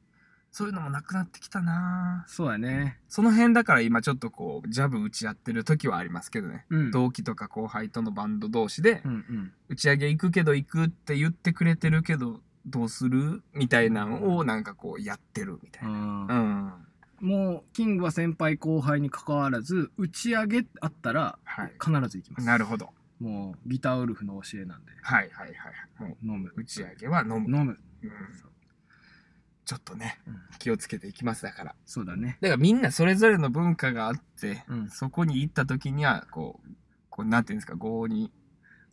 Speaker 1: そういうのもなくなってきたなあ
Speaker 2: そうだね
Speaker 1: その辺だから今ちょっとこうジャブ打ち合ってる時はありますけどね
Speaker 2: うん
Speaker 1: 同期とか後輩とのバンド同士で
Speaker 2: うんうん
Speaker 1: 打ち上げ行くけど行くって言ってくれてるけどどうするみたいなのをなんかこうやってるみたいな
Speaker 2: あー
Speaker 1: うん
Speaker 2: もうキングは先輩後輩に関わらず打ち上げあったら
Speaker 1: はい
Speaker 2: 必ず行きます
Speaker 1: なるほど。
Speaker 2: もうギターウルフの教えなんで
Speaker 1: はいはいはい。も
Speaker 2: 飲む
Speaker 1: う打ち上げは飲む。
Speaker 2: 飲む、
Speaker 1: うん
Speaker 2: そう
Speaker 1: ちょっとね、
Speaker 2: うん
Speaker 1: 気をつけていきますだから。だ
Speaker 2: そうだね
Speaker 1: からみんなそれぞれの文化があって、
Speaker 2: うん
Speaker 1: そこに行った時には、こう、こうなんていうんですか、合に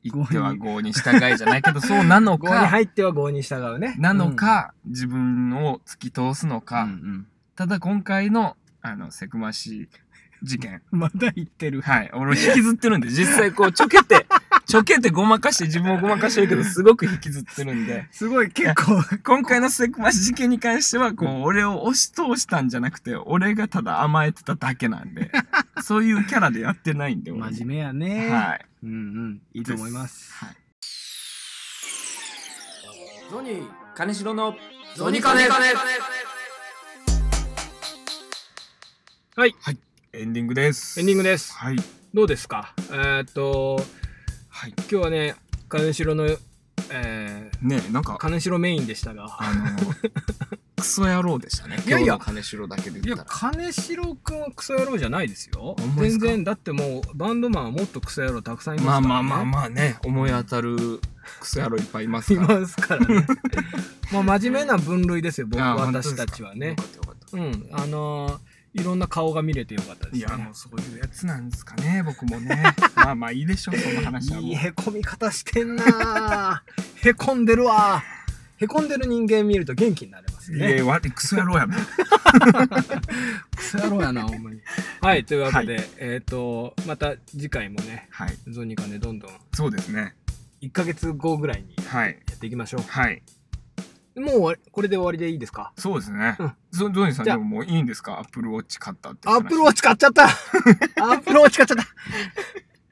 Speaker 1: 行っては合に従いじゃないけど、そうなの
Speaker 2: 合に
Speaker 1: か、
Speaker 2: 入っては合に従うね
Speaker 1: なの、か、自分を突き通すの
Speaker 2: うん
Speaker 1: か、
Speaker 2: うん
Speaker 1: ただ今回の、あの、セクマシ事件。
Speaker 2: うんまだ言ってる
Speaker 1: はい。俺引きずってるんで、実際こう、 ちょけて、ちょけてごまかして自分をごまかしてるけど、すごく引きずってるんで。
Speaker 2: すごい結構
Speaker 1: 今回のセクマシ事件に関しては、こう、俺を押し通したんじゃなくて、俺がただ甘えてただけなん で、そういうキャラでやってないんで、俺も
Speaker 2: 真面目やね、
Speaker 1: はい。
Speaker 2: うんうんいいと思います
Speaker 1: はい。
Speaker 2: ゾニー
Speaker 1: 金城の
Speaker 2: ゾニカネはい
Speaker 1: エンディングです。
Speaker 2: エンディングです
Speaker 1: はい。
Speaker 2: どうですかえーっと
Speaker 1: はい。
Speaker 2: 今日はね金城のえー
Speaker 1: ねえ、なんか、
Speaker 2: 金城メインでしたが
Speaker 1: あ の、クソ野郎でしたね。
Speaker 2: いやい
Speaker 1: 今
Speaker 2: や
Speaker 1: 日の金城だけで
Speaker 2: い
Speaker 1: 言
Speaker 2: や
Speaker 1: ったら。
Speaker 2: 金城くんはクソ野郎じゃないですよ
Speaker 1: ほんまです
Speaker 2: 全
Speaker 1: か
Speaker 2: 然だってもうバンドマンはもっとクソ野郎たくさんい
Speaker 1: ま
Speaker 2: ま
Speaker 1: あ
Speaker 2: す
Speaker 1: ま
Speaker 2: から、
Speaker 1: あ
Speaker 2: ね、
Speaker 1: まあまあね、思い当たるクソ野郎いっぱいいますから。
Speaker 2: いますからね まあ真面目な分類ですよ僕
Speaker 1: あー本当で
Speaker 2: 私
Speaker 1: すか
Speaker 2: たちはね
Speaker 1: よかったよかった
Speaker 2: うんあのーいろんな顔が見れてよかったで
Speaker 1: い
Speaker 2: す
Speaker 1: や、
Speaker 2: ね
Speaker 1: もうそういうやつなんですかね、僕もね。まあまあいいでしょう、その話はも
Speaker 2: いうい。へこみ方してんな ーへこんでるわーへこんでる人間見ると元気になれます
Speaker 1: い
Speaker 2: ね
Speaker 1: や、悪いクソ野郎やな。
Speaker 2: クソ野郎やなほん まにはいというわけで、
Speaker 1: は
Speaker 2: えっ、とまた次回もね
Speaker 1: はい。
Speaker 2: ゾニカねどんどん
Speaker 1: そうですね。
Speaker 2: 1ヶ月後ぐらいにや
Speaker 1: はい。
Speaker 2: っていきましょ
Speaker 1: はい。
Speaker 2: うもう終わりこれで終わりでいいですか
Speaker 1: そうですね
Speaker 2: うん。
Speaker 1: ゾゾニーさん、
Speaker 2: じ
Speaker 1: で
Speaker 2: ゃあ
Speaker 1: ももういいんですかアップルウォッチ買ったって。
Speaker 2: アップルウォッチ買っちゃった アップルウォッチ買っちゃった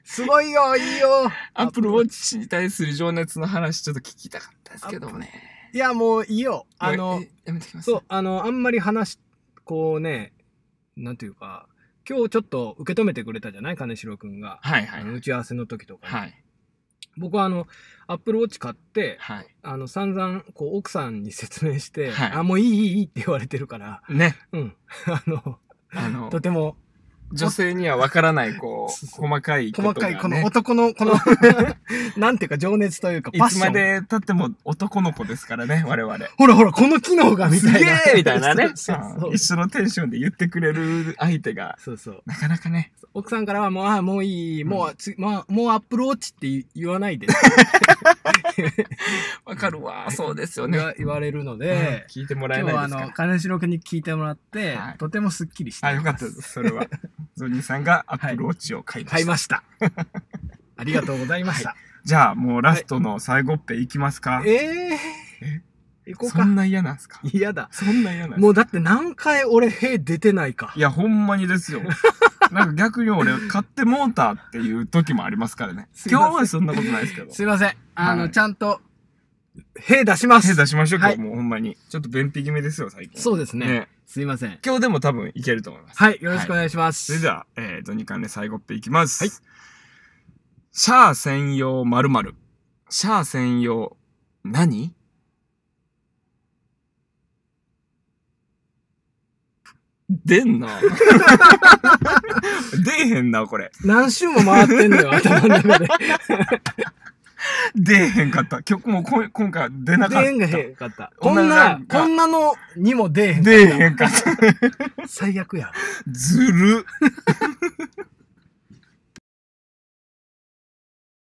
Speaker 2: すごいよいいよ
Speaker 1: アップルウォッチに対する情熱の話、ちょっと聞きたかったですけどもね。
Speaker 2: いやもういいよあ
Speaker 1: も
Speaker 2: の
Speaker 1: うえやめてきます。
Speaker 2: そうあのあんまり話こうねなんていうか今日ちょっと受け止めてくれたじゃない金城くんが、
Speaker 1: はいは
Speaker 2: あ
Speaker 1: い
Speaker 2: の。打ち合わせの時とかに、
Speaker 1: はい。
Speaker 2: 僕はあのアップルウォッチ買って
Speaker 1: はい。
Speaker 2: あの散々こう奥さんに説明して、
Speaker 1: はい
Speaker 2: あもういいいいいいって言われてるから
Speaker 1: ね。
Speaker 2: うん あの
Speaker 1: あの
Speaker 2: と、ても
Speaker 1: 女性にはわからない、こ
Speaker 2: そう
Speaker 1: う、
Speaker 2: そう
Speaker 1: 細かいこ
Speaker 2: 細
Speaker 1: と
Speaker 2: か
Speaker 1: が
Speaker 2: いこ
Speaker 1: ね
Speaker 2: の 男のこのなんていうか情熱というか
Speaker 1: い
Speaker 2: パッ
Speaker 1: つ
Speaker 2: ショ
Speaker 1: ま
Speaker 2: ン
Speaker 1: で経っても男の子ですからね、我 々。
Speaker 2: ほらほらこの機能がみ
Speaker 1: す
Speaker 2: たい
Speaker 1: げ
Speaker 2: な
Speaker 1: えみたいなね。
Speaker 2: そうそうそう
Speaker 1: うん一緒のテンションで言ってくれる相手が、
Speaker 2: そうそう
Speaker 1: なかなかね。
Speaker 2: 奥さんからはもう、ああ、もういい、
Speaker 1: うん
Speaker 2: もうつ、まあ、もうアップルウォッチって言言わないで、
Speaker 1: わかるわ、そうですよね。
Speaker 2: 言わ言われるの
Speaker 1: うん
Speaker 2: で、
Speaker 1: 聞いてもらえ
Speaker 2: 今日
Speaker 1: な
Speaker 2: はあ
Speaker 1: いです
Speaker 2: の、
Speaker 1: か
Speaker 2: 金城くんに聞いてもらって、
Speaker 1: はい
Speaker 2: とてもスッキリして
Speaker 1: あ、よか
Speaker 2: ま
Speaker 1: った
Speaker 2: す
Speaker 1: です。それは。ゾニーさんがアップルウォッチを買いま
Speaker 2: 買い
Speaker 1: した。
Speaker 2: ました。ありがとうござい ました。
Speaker 1: じゃあ、もうラストの最後っぺいきますか。
Speaker 2: ええー、行こう
Speaker 1: そん
Speaker 2: か。
Speaker 1: な嫌なんすか
Speaker 2: 嫌だ。
Speaker 1: そんな嫌なんすか
Speaker 2: もうだって何回俺、へえ出てないか
Speaker 1: い。や、ほんまにですよ。なんか逆に俺、買ってもうたっていう時もありますからね
Speaker 2: す。いません
Speaker 1: 今日はそんなことないですけど。
Speaker 2: すいません。あの、
Speaker 1: はい
Speaker 2: ちゃんと、へえ出します
Speaker 1: 手。出しましょうか、
Speaker 2: はい
Speaker 1: もうほんまに。ちょっと便秘気味ですよ、最近。
Speaker 2: そうですね
Speaker 1: ね
Speaker 2: すいません。
Speaker 1: 今日でも多分いけると思います。
Speaker 2: はい、よろしくお願いしま
Speaker 1: そ
Speaker 2: す。
Speaker 1: れでは、えー、ドニカンで最後っていきます。
Speaker 2: はい
Speaker 1: シャア専用〇〇。シャア専用何出ん な。出えへんな、これ。
Speaker 2: 何周も回って んのよ、頭の中で。
Speaker 1: 出えへんかった。曲もこ今回は出なかっ
Speaker 2: 出え
Speaker 1: た。
Speaker 2: んがへんかった。
Speaker 1: お
Speaker 2: こん
Speaker 1: 腹
Speaker 2: な
Speaker 1: が、
Speaker 2: こんなのにも出えへんか
Speaker 1: 出えへんかった。
Speaker 2: った。最悪や。
Speaker 1: ずる。